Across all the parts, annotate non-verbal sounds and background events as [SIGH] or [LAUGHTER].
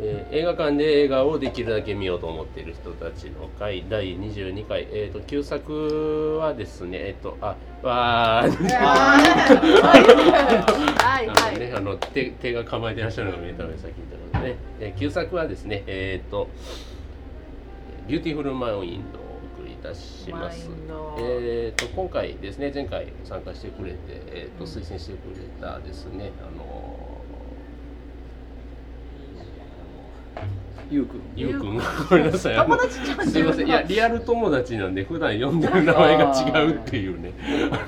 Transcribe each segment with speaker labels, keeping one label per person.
Speaker 1: 映画館で映画をできるだけ見ようと思っている人たちの会第22回、えー、と旧作はですねえっ、とあわー
Speaker 2: はい
Speaker 1: あ
Speaker 2: は
Speaker 1: のね、
Speaker 2: い。
Speaker 1: あの手手が構えてらっしゃるのが見えたので先に言ったことね、えー旧作はですねえっ、と「ビューティフルマインド」をお送りいたします
Speaker 2: マインド
Speaker 1: えっ、と今回ですね前回参加してくれて、えー、と推薦してくれたですねあの
Speaker 3: ゆうくん。
Speaker 1: ゆうくんが [LAUGHS] ごめんなさいあの
Speaker 2: 友達じゃん。
Speaker 1: すいませんいやリアル友達なんで普段呼んでる名前が違うっていう
Speaker 2: [LAUGHS]
Speaker 1: ね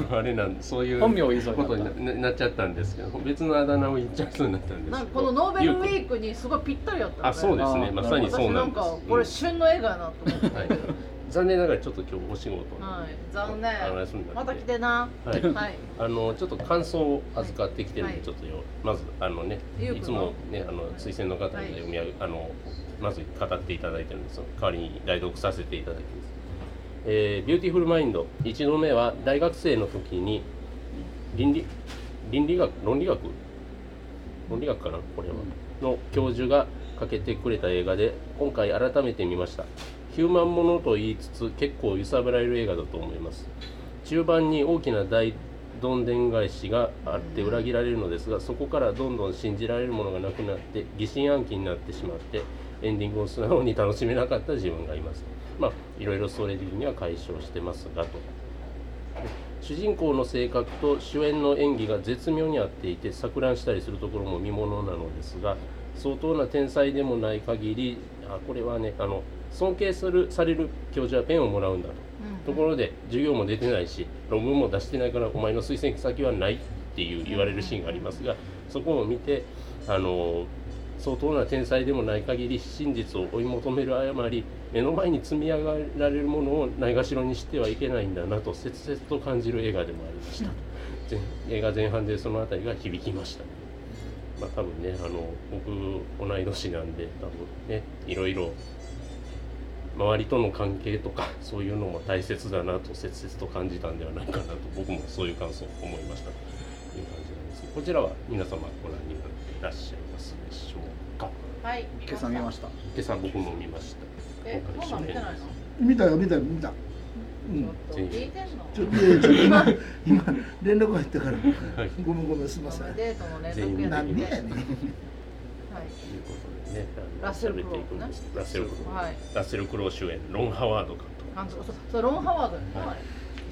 Speaker 1: あのあれなんでそういう
Speaker 3: 本名を言いそうに
Speaker 1: こ
Speaker 3: なっ
Speaker 1: と
Speaker 3: た
Speaker 1: になななっちゃったんですけど別のあだ名を言っちゃいそうになったんですけど
Speaker 2: なんかこのノーベルウィ
Speaker 1: ゆうくん
Speaker 2: ークにすごいぴったりやったね。
Speaker 1: あそうですね
Speaker 3: あー
Speaker 1: まさにそうな
Speaker 2: 私なんん
Speaker 1: で
Speaker 2: か
Speaker 1: す
Speaker 2: これ旬の映画やなと思って。
Speaker 1: うんはい残念ながらちょっと今日お仕事で
Speaker 2: はい。残
Speaker 1: あの
Speaker 2: 念。
Speaker 1: 休んだんで
Speaker 2: また来てな。
Speaker 1: はい
Speaker 2: はい。
Speaker 1: あのちょっと感想を預かってきてるん
Speaker 2: は
Speaker 1: で
Speaker 2: い
Speaker 1: ちょっとよまずあのね
Speaker 2: ゆうくん
Speaker 1: いつもねあの推薦の方
Speaker 2: はい
Speaker 1: に読み上げあのまず語っていただいてるんですよ代わりに代読させていただきます。えービューティフルマインド一度目は大学生の時に倫理倫理学論理学論理学かなこれはの教授がかけてくれた映画で今回改めて見ましたヒューマンものと言いつつ結構揺さぶられる映画だと思います中盤に大きな大どんでん返しがあって裏切られるのですがそこからどんどん信じられるものがなくなって疑心暗鬼になってしまってエンディングを素直に楽しめなかった自分がいますまあいろいろそれには解消してますがと主人公の性格と主演の演技が絶妙に合っていて錯乱したりするところも見ものなのですが相当な天才でもない限りあこれはねあの尊敬するされる教授はペンをもらうんだとところで授業も出てないし論文も出してないからお前の推薦先はないっていう言われるシーンがありますがそこを見てあの相当な天才でもない限り真実を追い求める誤り目の前に積み上げられるものをないがしろにしてはいけないんだなと切々と感じる映画でもありました前映画前半でその辺りが響きましたまあ多分ねあの僕同い年なんで多分ねいろいろ周りとの関係とかそういうのも大切だなと切々と感じたんではないかなと僕もそういう感想を思いましたという感じなんですけどこちらは皆様ご覧になっていらっしゃいますでしょうか
Speaker 2: はい。
Speaker 3: 今朝見ま
Speaker 2: た。
Speaker 3: した。
Speaker 1: 今朝僕も見ました
Speaker 2: え、ママ見てないの？
Speaker 4: 見たよ見たよ見たうん
Speaker 2: ちょっと聞いてんの？
Speaker 4: ちょっといやいやちょっと今 [LAUGHS] 今連絡入ったから
Speaker 1: はい
Speaker 4: ごめんごめんすいませ
Speaker 2: ママ
Speaker 4: ん
Speaker 2: デートの連
Speaker 1: 全員
Speaker 2: 絡
Speaker 1: 見
Speaker 2: や
Speaker 1: て
Speaker 2: な
Speaker 1: み
Speaker 4: 何で
Speaker 1: ま
Speaker 4: や
Speaker 1: した
Speaker 4: ねん
Speaker 2: はい。
Speaker 1: ということでねあの
Speaker 2: ラッセルク
Speaker 1: 喋っ
Speaker 2: ロ
Speaker 1: てい
Speaker 2: ウ
Speaker 1: くんですラッセルクロウ
Speaker 2: はい。
Speaker 1: ラッセルクロウ主演ロン・ハワード監督
Speaker 2: あ、そうそうそうロンハワードよね。
Speaker 1: は
Speaker 2: はいい。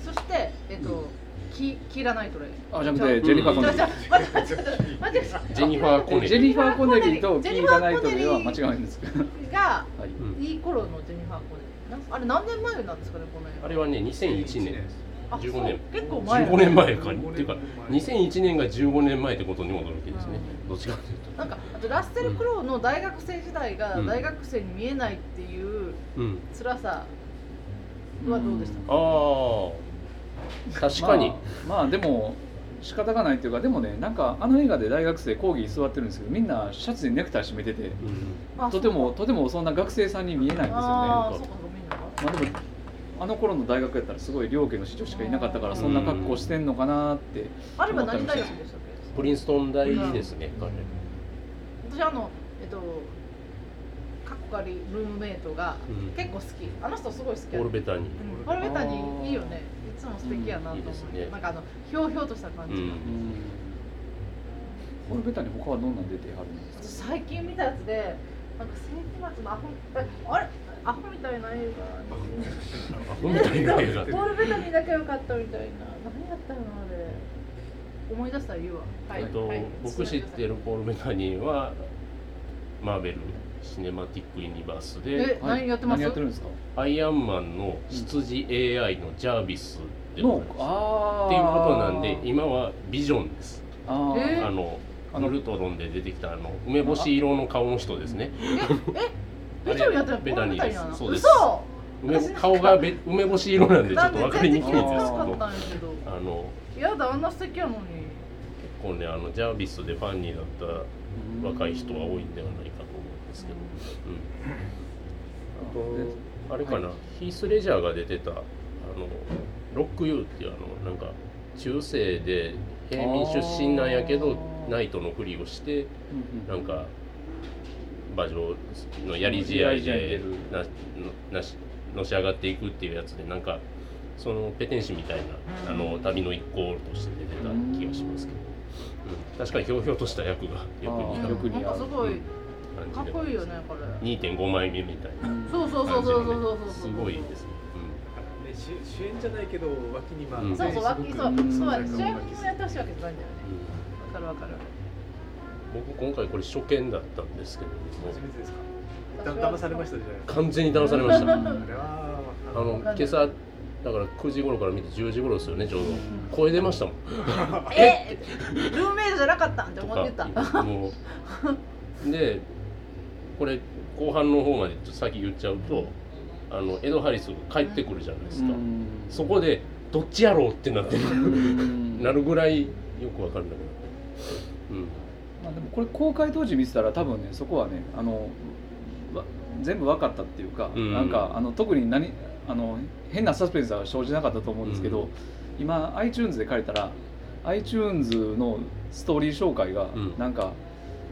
Speaker 2: そしてえっとキキラナイトレイ。
Speaker 3: あ、じゃなくて、ジェニファー・コ
Speaker 2: ちょ
Speaker 3: ネリ
Speaker 2: ちょ待って待って待って待って
Speaker 1: ジェニファー・コ
Speaker 3: ー。
Speaker 1: ネ
Speaker 3: ジェ
Speaker 1: リー
Speaker 3: ニファー・コネリーと
Speaker 2: ジ
Speaker 3: キ
Speaker 2: ェニ
Speaker 3: ー
Speaker 2: ファ
Speaker 3: ラ
Speaker 2: ーコネリ
Speaker 3: ナイ
Speaker 2: ー
Speaker 3: トレイは間違いないんですけど。
Speaker 2: が
Speaker 3: はい。
Speaker 1: うん
Speaker 2: いい頃のジェニファー・コネリーなあれ何年前なんですかねこの映画
Speaker 1: あれはね2001年
Speaker 2: あ
Speaker 1: 15
Speaker 2: そう
Speaker 1: 年
Speaker 2: 結構前
Speaker 1: 15年前かっていうか2001年が15年前ってことに驚きですねどっちかというと
Speaker 2: なんかあとラッセル・クロウの大学生時代が
Speaker 1: うん
Speaker 2: 大学生に見えないっていう
Speaker 1: うん
Speaker 2: 辛さはどうでした
Speaker 3: ん
Speaker 1: ああ確かに、
Speaker 3: まあ、まあでも仕方がないというかでもねなんかあの映画で大学生講義座ってるんですけどみんなシャツにネクタイ締めてて
Speaker 1: うん
Speaker 2: あ
Speaker 3: とてもとてもそんな学生さんに見えないんですよね
Speaker 2: あー
Speaker 3: ま
Speaker 2: そうかそうかみんなが
Speaker 3: あでもあの頃の大学やったらすごい両家の市長しかいなかったか
Speaker 2: う
Speaker 3: ら
Speaker 2: ん
Speaker 3: そんな格好してんのかなって
Speaker 2: あれは何大学でしたっ
Speaker 1: プリンストン大ですね、彼
Speaker 2: け私あのえっとかっこかりルームメイトが
Speaker 1: うん
Speaker 2: 結構好きあの人すごい好き
Speaker 1: オ
Speaker 2: や
Speaker 1: ル
Speaker 2: ね
Speaker 1: ベタに、
Speaker 2: うんパルベタにいいよねいつも素敵やなと思
Speaker 1: うんいいです
Speaker 2: う
Speaker 1: ね
Speaker 2: なんかあのひょうひょうとした感じが
Speaker 1: うん
Speaker 3: これベタに他はどんなん出てはるんですか
Speaker 2: 私最近見たやつでなんか世紀末のアホえあれアホみたいな映画
Speaker 1: アホみたいな映画
Speaker 2: ポール・ベタに仲良かったみたいな何やったのあれ思い出したら言うわは
Speaker 1: えっと、僕知ってるポール・メタニーはマーベル・シネマティック・ユニバースで
Speaker 2: え何やってます
Speaker 3: 何やってるんですか
Speaker 1: アイアンマンの羊 AI のジャービスでご
Speaker 3: の
Speaker 1: ざいます
Speaker 3: ああ
Speaker 1: っていうことなんで今はビジョンです
Speaker 3: あー
Speaker 2: え
Speaker 1: あの
Speaker 3: あ
Speaker 1: ノ
Speaker 3: の
Speaker 1: ルトロンで出てきたあの梅干し色の顔の人ですね
Speaker 2: ええビジョンやってるポール・ベタにな
Speaker 1: ベタにで
Speaker 2: の
Speaker 1: すそうです
Speaker 2: 嘘
Speaker 1: 梅
Speaker 2: 私なんか
Speaker 1: 顔がべ梅干し色なんでちょっ
Speaker 2: なん
Speaker 1: と
Speaker 2: で
Speaker 1: 分かり
Speaker 2: 全
Speaker 1: に
Speaker 2: 然
Speaker 1: く
Speaker 2: 気
Speaker 1: いん
Speaker 2: が
Speaker 1: ですけ
Speaker 2: つかなか
Speaker 1: ど
Speaker 2: ったんやけど
Speaker 1: あの
Speaker 2: やだあんな素敵やのに
Speaker 1: 結構ねあのジャービスでファンになった若い人は多いんではないかと思うんですけど、うん、あとあれかな、ヒース・レジャーが出てたあのロック・ユーっていうあのなんか中世で平民出身なんやけど
Speaker 3: あー
Speaker 1: ナイトのふりをして
Speaker 3: うんうん
Speaker 1: なんか馬上のやり試合
Speaker 3: やり試合に出
Speaker 1: で
Speaker 3: る
Speaker 1: なのなしのし上がっていくっていうやつでなんかそのペテン師みたいなあの旅の一行として出てた気がしますけど、うん、確かにひょうひょうとした役がよく
Speaker 3: あ
Speaker 1: 似
Speaker 3: ー
Speaker 1: 合
Speaker 3: よ
Speaker 1: う
Speaker 3: く似合う
Speaker 2: なん
Speaker 1: 感じ
Speaker 2: かすごいかっ
Speaker 1: で
Speaker 2: こいいよねこれ
Speaker 1: 2.5枚目みたいな
Speaker 2: そうそうそ
Speaker 1: 感
Speaker 2: う
Speaker 1: じ
Speaker 2: そう
Speaker 1: の
Speaker 2: そうそう
Speaker 1: ねす
Speaker 2: そう
Speaker 1: ごいですね、
Speaker 5: ね、主主演じゃないけど脇にまあ、
Speaker 1: うん
Speaker 2: そうそう脇そう
Speaker 3: うん
Speaker 2: そうや
Speaker 5: 存
Speaker 2: 主
Speaker 5: 在感を
Speaker 2: 演
Speaker 5: 発揮
Speaker 2: も
Speaker 5: する
Speaker 2: やってほしいわけじゃないんだよね
Speaker 1: うんうん
Speaker 2: わかるわかる
Speaker 1: 僕今回これ初見だったんですけども
Speaker 5: 初めてですかだ
Speaker 2: 私は
Speaker 5: 騙されましたじゃない
Speaker 1: 完全に騙されま
Speaker 2: [LAUGHS]
Speaker 1: したあ
Speaker 5: あれはあ
Speaker 1: の今朝だから9時頃から見て10時頃ですよねちょうど
Speaker 2: ん
Speaker 1: 声出ましたもん
Speaker 2: えルームメイトじゃなかったんって
Speaker 1: と
Speaker 2: 思ってた
Speaker 1: かもうでこれ後半の方までちょっと先言っちゃうとあのエド・ハリスが帰ってくるじゃないですか、そこでどっちやろう [LAUGHS] ってなってなるぐらいよくわかんなくなってうん
Speaker 3: まあ、でもこれ公開当時見てたら多分ねそこはねあのわ全部分かったっていうか、
Speaker 1: うん
Speaker 3: なんかあの特に何あの変なサスペンスは生じなかったと思うんですけど、
Speaker 1: うん
Speaker 3: 今 iTunes で借りたら iTunes のストーリー紹介が、
Speaker 1: うん
Speaker 3: なんか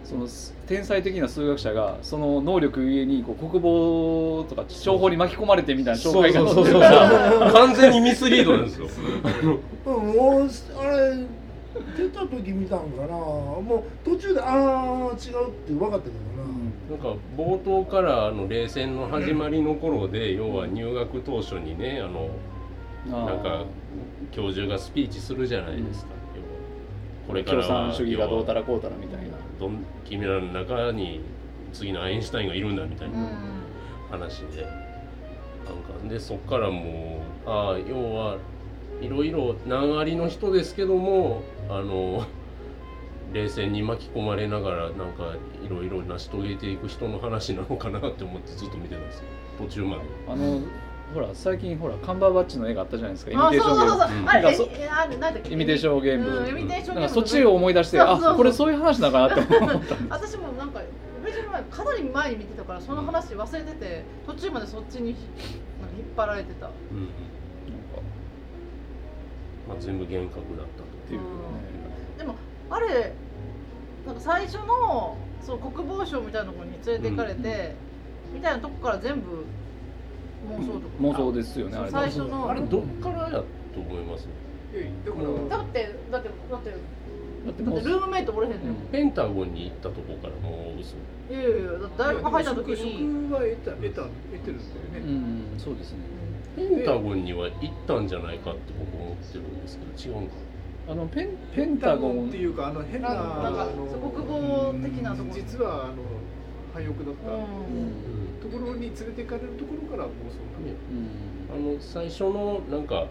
Speaker 3: その天才的な数学者がその能力ゆえにこう国防とか情報に巻き込まれてみたいな紹介が
Speaker 1: そうそうそうそう完全にミスリードなんですよ
Speaker 4: うん、もうあれ出た時見たんかなもう途中でああ違うって分かったけどな、
Speaker 1: なんか冒頭からあの冷戦の始まりの頃で要は入学当初にねあのなんか教授がスピーチするじゃないですか、要はこれから
Speaker 3: 共
Speaker 1: は
Speaker 3: 産主義がどうたらこうたらみたいな。
Speaker 1: どん君らの中に次のアインシュタインがいるんだみたい
Speaker 2: うん
Speaker 1: な話で、なんかでそっからもうああ要はいろいろ難ありの人ですけどもあの冷戦に巻き込まれながらなんかいろいろ成し遂げていく人の話なのかなって思ってずっと見てたんですよ途中まで。
Speaker 3: あの、ほら最近ほらカンバーバッチの映画あったじゃないですか。イミ
Speaker 2: あ
Speaker 3: テーシ
Speaker 2: そうそうそうそ
Speaker 3: ョ
Speaker 2: う
Speaker 1: うん
Speaker 2: あ
Speaker 3: なんか
Speaker 2: れ
Speaker 3: そ
Speaker 2: えあれなんだっけ
Speaker 3: ンゲーム。イミテーションゲー
Speaker 2: うんイ
Speaker 3: ム。
Speaker 2: ミテーションゲー
Speaker 3: なんか
Speaker 2: ム
Speaker 3: そっちを思い出して、
Speaker 2: そうそう
Speaker 3: あ
Speaker 2: そう
Speaker 3: これそういう話だなって
Speaker 2: [LAUGHS]
Speaker 3: 思った。
Speaker 2: 私もなんか別に前かなり前に見てたからその話忘れてて途中までそっちになんか引っ張られてた
Speaker 1: うんうんまあ、全部幻覚だったと
Speaker 3: っていうね
Speaker 2: でもあれなんか最初のそう国防省みたいなところに連れて行かれて、みたいなとこから全部妄想とか、
Speaker 3: 妄想ですよね
Speaker 2: そう
Speaker 3: あれ。
Speaker 2: 最初の
Speaker 1: あれどっからやと思います
Speaker 5: いやだから、
Speaker 1: うん
Speaker 2: だってだってだってだ
Speaker 3: だって
Speaker 2: っ
Speaker 3: も
Speaker 2: てル
Speaker 3: う
Speaker 2: ームメイトおれへんのよ、
Speaker 1: ペンタゴンに行ったとこからもう嘘
Speaker 2: いやいやいやだって大学入った時に
Speaker 5: 職職は得た得た得てるんだよ
Speaker 3: う
Speaker 5: ね、
Speaker 3: んそうですね。
Speaker 1: ペンタゴンには行ったんじゃないかって僕思ってるんですけど違うんか
Speaker 3: あのペンペンタゴン
Speaker 5: っていうかあの変な
Speaker 2: なんかなんか
Speaker 5: あの
Speaker 2: そう国語的なところ
Speaker 5: 実はあの廃屋だっ
Speaker 2: う
Speaker 5: た、
Speaker 2: ん
Speaker 1: な、
Speaker 5: ところに連れて行かれるところからもうそんな
Speaker 1: ね
Speaker 5: ね
Speaker 1: あの最初のなんか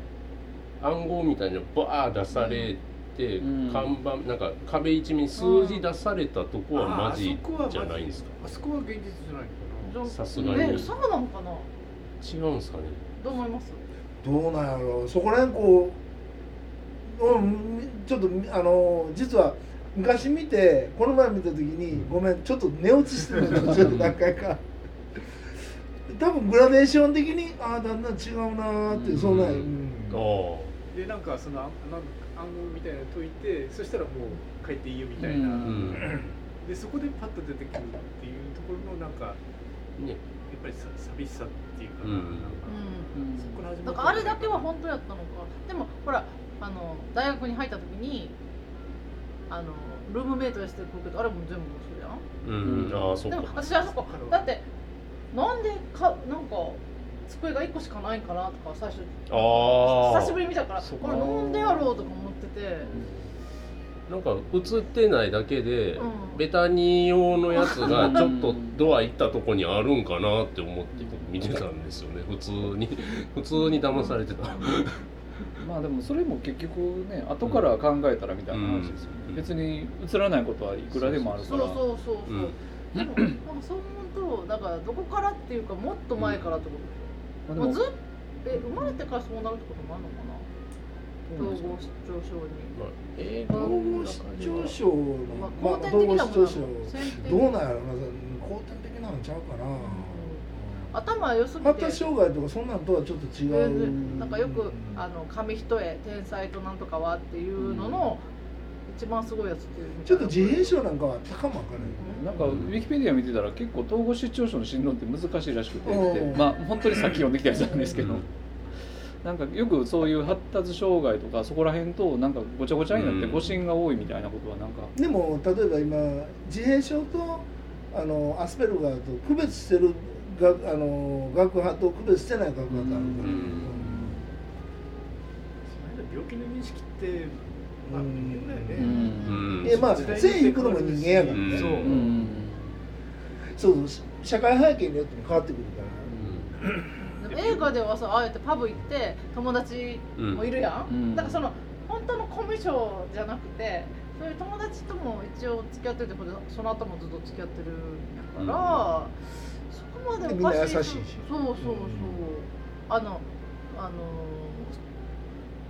Speaker 1: 暗号みたいなのバー出されて、
Speaker 3: うん
Speaker 1: 看板なんか壁一面に数字出されたとこはマジ
Speaker 5: ああそこはマジ
Speaker 1: じゃないんですか
Speaker 5: あそこは現実じゃないのかな
Speaker 1: さすがに
Speaker 2: えそうなのかな
Speaker 1: 違うんですかね
Speaker 2: どう思います
Speaker 4: どうなんやろうそこら辺こう、うん、ちょっとあの実は昔見てこの前見た時にごめんちょっと寝落ちしてるの途中で何回か多分グラデーション的にああだんだん違うなーって、
Speaker 3: うん
Speaker 4: そうなんや、
Speaker 1: あ
Speaker 4: うん、
Speaker 1: あ
Speaker 5: でなんかそのあなんか暗号みたいなの解いてそしたらもう帰っていいよみたいな、
Speaker 3: うん
Speaker 1: うん
Speaker 5: でそこでパッと出てくるっていうところのなんかやっ
Speaker 1: ね
Speaker 5: ぱりさ寂しさっていうかな,、
Speaker 1: うん
Speaker 5: なんか
Speaker 2: う
Speaker 3: うん
Speaker 5: そこから始
Speaker 2: んだ
Speaker 5: まっ
Speaker 2: からあれだけは本当やったのかでもほらあの大学に入った時にあのルームメイトしてくるけどあれも全部そうじゃん
Speaker 1: うん、うん、ああそう
Speaker 2: で
Speaker 1: か
Speaker 2: も私あそこだってなんでかなんか机が1個しかないんかなとか最初
Speaker 1: ああ
Speaker 2: 久しぶりに見たから
Speaker 1: そっ
Speaker 2: こ
Speaker 1: か
Speaker 2: れなんでやろうとか思ってて
Speaker 1: なんか映ってないだけで、
Speaker 2: うん
Speaker 1: ベタに用のやつがちょっとドア行ったとこにあるんかなって思って見てたんですよね普通に普通に騙されてた
Speaker 3: まあでもそれも結局ね後から考えたらみたいな話ですよね。
Speaker 1: うん
Speaker 3: 別に映らないことはいくらでもあるか
Speaker 2: そう
Speaker 3: ら。
Speaker 2: そうそうそううんでもなんかそう思うとなんかどこからっていうかもっと前からってこ
Speaker 3: ま
Speaker 2: とも
Speaker 3: あでも
Speaker 2: うずっえ生まれてからそうなるってこともあるのかな統合失調症に
Speaker 1: まあ映画
Speaker 4: 統
Speaker 1: の
Speaker 4: 合
Speaker 1: 中
Speaker 4: 失
Speaker 1: で
Speaker 4: 調
Speaker 1: は
Speaker 4: 症の、
Speaker 2: まあ
Speaker 4: ま
Speaker 2: 後
Speaker 4: あ、
Speaker 2: 天
Speaker 4: 統
Speaker 2: 的
Speaker 4: 合
Speaker 2: なもん
Speaker 4: 失調
Speaker 2: な
Speaker 4: 症
Speaker 2: の先天
Speaker 4: どうなんやろうな後天的なのちゃうかな、
Speaker 2: 頭良すぎて
Speaker 4: 発達障害とかそんなんとはちょっと違う
Speaker 2: なんかよくあの紙一重天才となんとかはっていうのの、一番すごいやつっていうみたいな
Speaker 4: ちょっと自閉症なんかはあったかもわからない
Speaker 3: なんかウィキペディア見てたら結構統合失調症の診断って難しいらしくて
Speaker 4: おう
Speaker 3: でまあ本当にさっき読んできたやつなんですけど、
Speaker 1: うん
Speaker 3: [LAUGHS] なんかよくそういう発達障害とかそこら辺となんかごちゃごちゃになって
Speaker 1: うん
Speaker 3: 誤診が多いみたいなことはなんか、
Speaker 4: でも例えば今自閉症とあのアスペルガーと区別してる学あの学派と区別してない学派とあるから、
Speaker 1: うん
Speaker 5: の間病気の認識ってまあ
Speaker 4: うん
Speaker 5: 人間だよね、
Speaker 1: うん
Speaker 4: でまあ
Speaker 5: 時代に
Speaker 4: 線引くのも人間やからね、
Speaker 1: うん
Speaker 5: そうう、
Speaker 3: うん
Speaker 4: そうそうし社会背景によっても変わってくるから、
Speaker 2: でも映画ではさああやってパブ行って友達もいるやん、
Speaker 3: うん
Speaker 2: だからその本当のコミュ障じゃなくてそういう友達とも一応付き合っててその後もずっと付き合ってるんやから、そこまでおかしい
Speaker 4: みんな優しいし
Speaker 2: そうそうそう、
Speaker 4: うん
Speaker 2: あのあの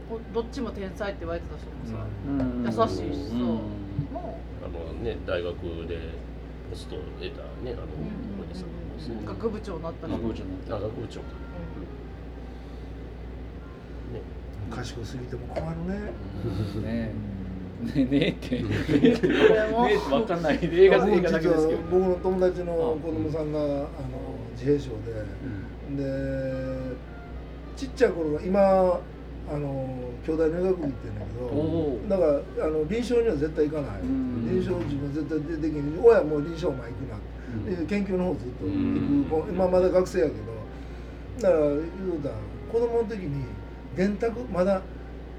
Speaker 2: こどっちも天才って言われてた人もさ、
Speaker 3: うん
Speaker 2: 優しいしそうも
Speaker 1: あのね大学でポストを得たねあのおじさんです
Speaker 2: う、
Speaker 1: ね。
Speaker 2: 学部長になったり、
Speaker 3: 学部長に
Speaker 1: あ
Speaker 3: なっ
Speaker 1: 学部長か。ね。
Speaker 4: 賢すぎても困るね、
Speaker 3: てね [LAUGHS] ねねえってねえっ
Speaker 2: こ
Speaker 3: て
Speaker 2: れも
Speaker 3: ねえってわかんない映画映画だけですけど
Speaker 4: 僕実は僕の友達の子供さんがあの自閉症ででちっちゃい頃は今あの京大の医学部行ってんだけど、
Speaker 3: おー
Speaker 4: だからあの臨床には絶対行かない、
Speaker 3: うん
Speaker 4: 臨床自分は絶対出てきに親も臨床前行くな、で研究の方ずっと
Speaker 1: う
Speaker 4: 行く、
Speaker 1: ん
Speaker 4: 今まだ学生やけどだから言うたら子供の時に電卓まだ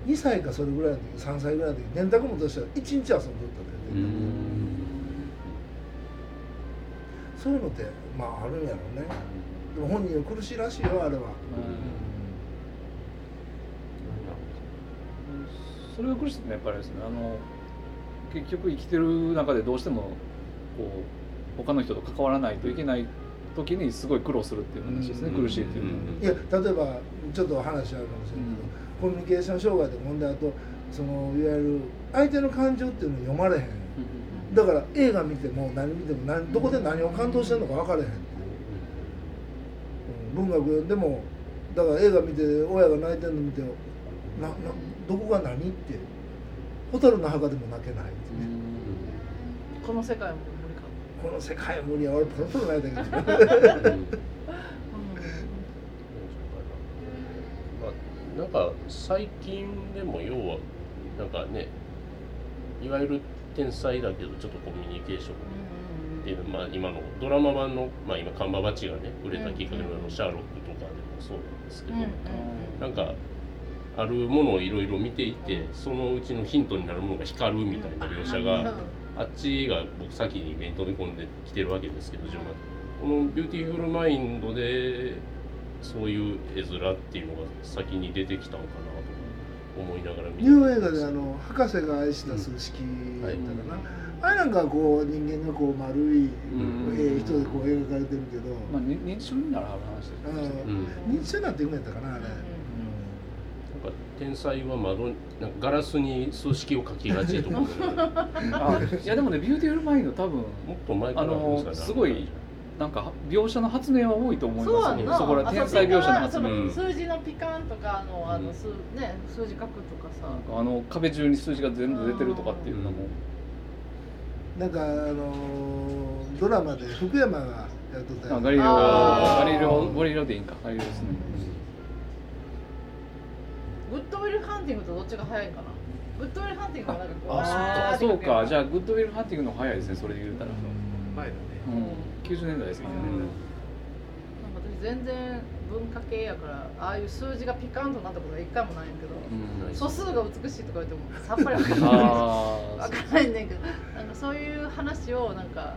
Speaker 4: 2歳かそれぐらいの時3歳ぐらいの時電卓もとしたら1日遊んどったんだよ
Speaker 1: う
Speaker 4: 電卓
Speaker 1: ん。
Speaker 4: そういうのってまああるんやろうねでも本人は苦しいらしいよあれは、
Speaker 3: それが苦しいのはやっぱりですねあの結局生きてる中でどうしてもこう他の人と関わらないといけない時にすごい苦労するっていう話ですね、
Speaker 4: うん
Speaker 3: 苦しいっていうのは、
Speaker 4: いや例えばちょっと話あるかもしれないけど、コミュニケーション障害で問題あとそのいわゆる相手の感情っていうのを読まれへんだから映画見ても何見ても何どこで何を感動してるのか分からへんっていう、うん、文学読んでもだから映画見て親が泣いてるの見てななどこが何って蛍の墓でも泣けないってね、
Speaker 2: この世界も無理か
Speaker 4: この世界は無理や俺プロプロ泣いたけど
Speaker 1: まあ、なんか最近でも要はなんかねいわゆる天才だけどちょっとコミュニケーションっていうまあ今のドラマ版の、まあ、今カンバーバッチがね売れたきっかけのあのシャーロックとかでもそうなんですけど、
Speaker 2: うんうんうん
Speaker 1: なんかあるものをいろいろ見ていてそのうちのヒントになるものが光るみたいな描写があっちが僕先に目に飛び込んできてるわけですけど順番この「ビューティフルマインド」でそういう絵面っていうのが先に出てきたのかなと思いながら見
Speaker 4: ニュー映画であの博士が愛した数式だったかな、あれなんかこう人間がこう丸い、
Speaker 1: ん
Speaker 4: ええ人でこう描かれてるけど、
Speaker 3: まあ、に認知症になる話です
Speaker 4: あ
Speaker 3: ね、
Speaker 4: の
Speaker 1: うん
Speaker 4: 認知症になっていくんやったかなあれ、
Speaker 1: なんか天才は窓になんかガラスに数式を書きがちとか
Speaker 4: [LAUGHS]
Speaker 1: も
Speaker 3: あいやでもねビューティフルマインド多分
Speaker 1: っと前から
Speaker 3: あの
Speaker 1: 天才な
Speaker 3: すごいなんか描写の発明は多いと思い
Speaker 2: そうや
Speaker 3: ます
Speaker 2: ん
Speaker 3: ね
Speaker 2: な
Speaker 3: そこら天才描写の発
Speaker 2: そ
Speaker 3: 明
Speaker 2: の
Speaker 1: うん
Speaker 2: 数字のピカンとかあのあ
Speaker 1: う
Speaker 2: の
Speaker 1: ん
Speaker 2: 数ね数字書くとかさ
Speaker 3: なんかあの壁中に数字が全部出てるとかっていうのも、
Speaker 4: なんかあのードラマで福山がやっとっ
Speaker 3: あ
Speaker 4: たや
Speaker 3: ガリレオ
Speaker 2: あー
Speaker 3: ガリレオガリレオでいいんかガリレオですね
Speaker 2: グッドウィルハンティングとどっちが早いんかなグッドウィルハンティングはなんかこう
Speaker 3: あ
Speaker 2: わーって
Speaker 3: そうかじゃ
Speaker 2: あ
Speaker 3: あグッドウィルハンティングの方が早いですねそれで言うたら、
Speaker 5: 前だね
Speaker 3: うん、90年代ですね、
Speaker 1: うん
Speaker 2: なんか私全然文化系やからああいう数字がピカンとなったことは一回もないんやけど
Speaker 3: うん
Speaker 2: 素数が美しいとか
Speaker 3: [LAUGHS]
Speaker 2: 言ってもさっぱりわかんない
Speaker 3: あ
Speaker 2: わかんないんだけどなんかそういう話をなんか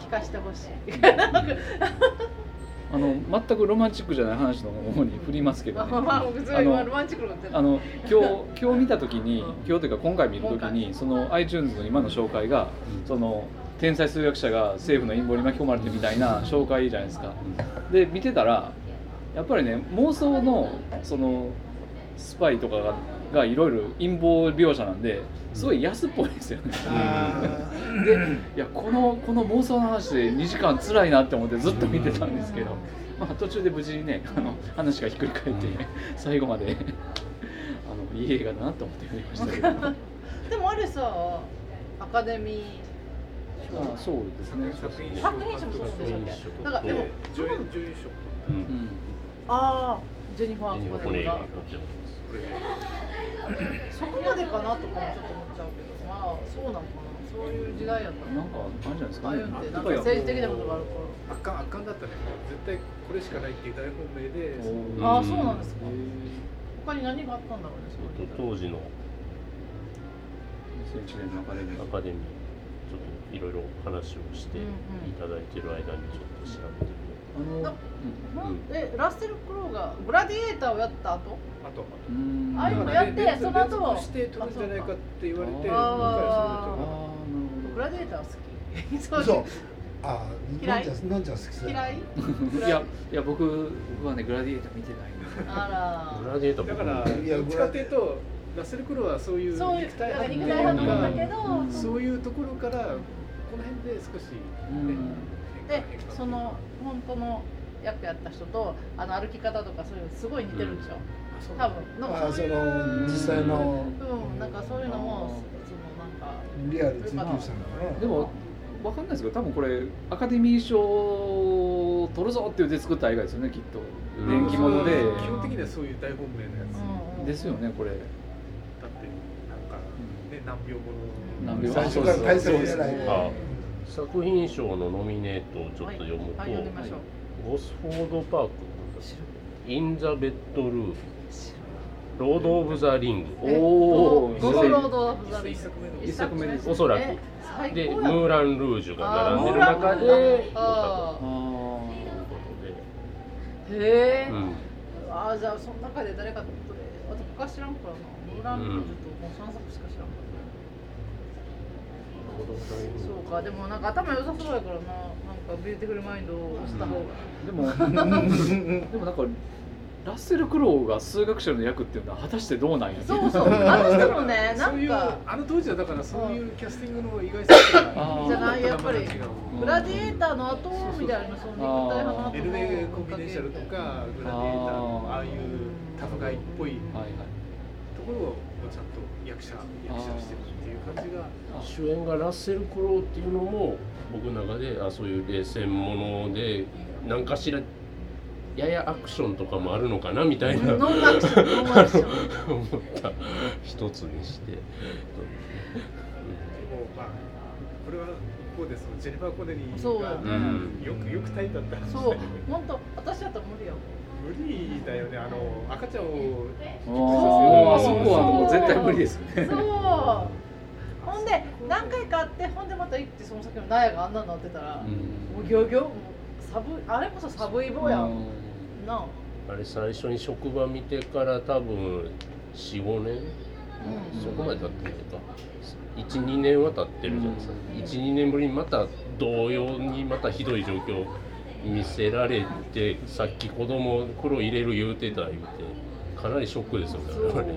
Speaker 2: 聞かしてほしい [LAUGHS]
Speaker 3: あの全くロマンチックじゃない話の方に振りますけど
Speaker 2: まあ
Speaker 3: ね
Speaker 2: [LAUGHS] まあ普通
Speaker 3: あ
Speaker 2: に
Speaker 3: の
Speaker 2: ロマンチックなことやってる
Speaker 3: あの今日今日見た時に
Speaker 2: うん
Speaker 3: 今日というか今回見る時にその iTunes の今の紹介がその天才数学者が政府の陰謀に巻き込まれてみたいな紹介じゃないですかで見てたらやっぱりね妄想のそのスパイとかががいろいろ陰謀描写なんですごい安っぽいですよね
Speaker 4: あ
Speaker 3: でいやこのこの妄想の話で2時間辛いなって思ってずっと見てたんですけど、まあ、途中で無事にねあの話がひっくり返 [LAUGHS] って最後まであのいい映画だなと思って見ましたけど、
Speaker 2: でもあれさアカデミ
Speaker 3: あそうですね。
Speaker 5: 作品
Speaker 2: ー
Speaker 5: 賞
Speaker 2: 作品賞もそうでしたっ
Speaker 1: 作品賞
Speaker 2: けなんかでも
Speaker 5: で女優女優賞
Speaker 1: う
Speaker 3: うんん、
Speaker 2: ああジェニファー・コ
Speaker 1: 骨
Speaker 2: ネ
Speaker 1: が
Speaker 2: ルが
Speaker 1: 持ってます
Speaker 2: そこ
Speaker 5: これ
Speaker 2: までかなとかもちょっと思っちゃうけどまあそうなのかなそういう時代やった
Speaker 3: な
Speaker 2: なん
Speaker 3: かあるんじゃないです
Speaker 2: ああ
Speaker 3: か
Speaker 2: い
Speaker 3: ね
Speaker 2: うのって。
Speaker 5: な
Speaker 2: なんか
Speaker 5: んか
Speaker 2: 政治的なことがあるか
Speaker 5: 圧巻圧巻だったね絶対これしかないっていう大本命でその
Speaker 2: らああそうなんですか
Speaker 3: え
Speaker 2: 他に何があったんだろうねそう
Speaker 1: えっ
Speaker 2: い
Speaker 1: と当
Speaker 2: うの
Speaker 1: 時の
Speaker 3: ー2001年のアカデミ
Speaker 1: ア
Speaker 3: ー。
Speaker 1: カデミーちょっといろいろ話をしていただいてる間にちょっと調べて
Speaker 3: あの、うん
Speaker 2: あほんえラッセル・クロウがグラディエーターをやった後
Speaker 5: あと
Speaker 3: うん
Speaker 2: ああいうのやって
Speaker 5: 連
Speaker 2: その後
Speaker 5: 連続して撮るんじゃないかって言われて今回
Speaker 2: あ
Speaker 3: ああ、なる
Speaker 5: は
Speaker 2: グラディエーターは好き [LAUGHS] そう
Speaker 4: そうあー
Speaker 2: 嫌
Speaker 4: のん
Speaker 2: い
Speaker 4: ちゃんのんちゃん好きそう
Speaker 2: 嫌い
Speaker 3: ほど。いや、いや、僕はね、グラディエーター見てないんで。
Speaker 2: あ
Speaker 1: グ
Speaker 2: ら
Speaker 1: ラディエータ
Speaker 5: そ
Speaker 1: ー僕
Speaker 5: れともだから
Speaker 4: いや
Speaker 5: どっちかっていうとラッセル・クロウはそういう
Speaker 2: そういう
Speaker 5: 肉体派
Speaker 2: 肉体派の方だけど、
Speaker 3: うん
Speaker 5: そういうところからこの辺で少し、ね
Speaker 3: うん
Speaker 2: でその本当の役やった人とあの歩き方とかそういうのすごい似てるでしょ、多分
Speaker 4: あ
Speaker 2: なん
Speaker 4: ー
Speaker 2: か
Speaker 4: そ
Speaker 2: そういう
Speaker 4: の実際の
Speaker 2: うんなんかそういうのもそのなんか
Speaker 4: リアル追求したのかな
Speaker 3: でも、わかんないですけど、多分これ、アカデミー賞を取るぞって言って作った映画ですよね、きっと。
Speaker 1: うん
Speaker 3: 電気物で。
Speaker 5: 基本的にはそういう大本命のやつ、だ
Speaker 2: うんうん
Speaker 3: ですよね、これ。
Speaker 5: ってなんかね難病もの
Speaker 3: 難病
Speaker 4: 最初から大切じゃない
Speaker 1: あ作品賞のノミネートをちょっと読むと、
Speaker 2: はい、はい、読みましょう、
Speaker 1: ゴスフォード・パーク
Speaker 2: 知ら
Speaker 1: イン・ザ・ベッド・ルームロード・オブ・ザ・リング
Speaker 2: え
Speaker 3: おー
Speaker 2: ゴゴロード・オブ・ザ・リン
Speaker 5: 一作目の
Speaker 3: 一作目です
Speaker 1: おそらく
Speaker 2: え最高
Speaker 1: で
Speaker 2: だ
Speaker 1: ムーラン・ルージュが並んでる中
Speaker 2: あー
Speaker 1: で
Speaker 2: ムーランルージュ
Speaker 1: あ
Speaker 2: あ
Speaker 3: あ
Speaker 2: へえ、
Speaker 1: うん
Speaker 2: ああじゃあその中で誰かとあと他知らんからなムーランルージュともう三作しか知らんからなそうか、でもなんか頭良さそうやからな、なんかビューティフルマインドを押した方が。
Speaker 3: あ。でも。 [LAUGHS] でもなんかラッセル・クロウが数学者の役っていうのは果たしてどうなんや
Speaker 2: そうそう、あの人もね、な
Speaker 5: そうい
Speaker 2: ん
Speaker 5: う
Speaker 2: か、
Speaker 5: あの当時はだからそういうキャスティングの意外さ
Speaker 3: あー
Speaker 2: じゃないやっぱり
Speaker 3: う
Speaker 2: グラディエーターの後みたいな、その肉体派の後
Speaker 5: エルメコンビネーシャルとかグラディエーターのああいうタフガイっぽい
Speaker 3: はいはい
Speaker 5: ところをちゃんと役者役者してるっていう感じが
Speaker 3: あ
Speaker 1: 主演がラッセル・クロウっていうのも僕の中であそういう冷戦もので何かしらややアクションとかもあるのかなみたいな
Speaker 2: ノンアクション、ノンアクション。
Speaker 1: 思った一つにして。
Speaker 5: でもまあこれは一方でそのジェニファー・コネリ
Speaker 2: そう
Speaker 5: ー
Speaker 2: だ
Speaker 5: が
Speaker 2: ね
Speaker 1: うん
Speaker 5: よくよく耐えたって話だ
Speaker 2: そう
Speaker 5: けど、
Speaker 2: 本当、私だったら無理やもん。
Speaker 5: 無理だよねあの赤ちゃんを
Speaker 3: あそ
Speaker 1: そう
Speaker 3: こはもう絶対無理ですよ
Speaker 2: そう
Speaker 3: ね。
Speaker 2: ほんで、何回かあって、ほんでまた行って、その先の納屋があんなになってたら、もうギョギョ、もう寒い、あれこそ寒い棒やん。なあ。
Speaker 1: あれ最初に職場見てから多分45年
Speaker 2: うん
Speaker 1: そこまで経ってないか12年は経ってるじゃないですか12年ぶりにまた同様にまたひどい状況見せられてさっき子供黒入れる言うてた言うてかなりショックですよね
Speaker 2: そ
Speaker 1: あれ、う
Speaker 2: う。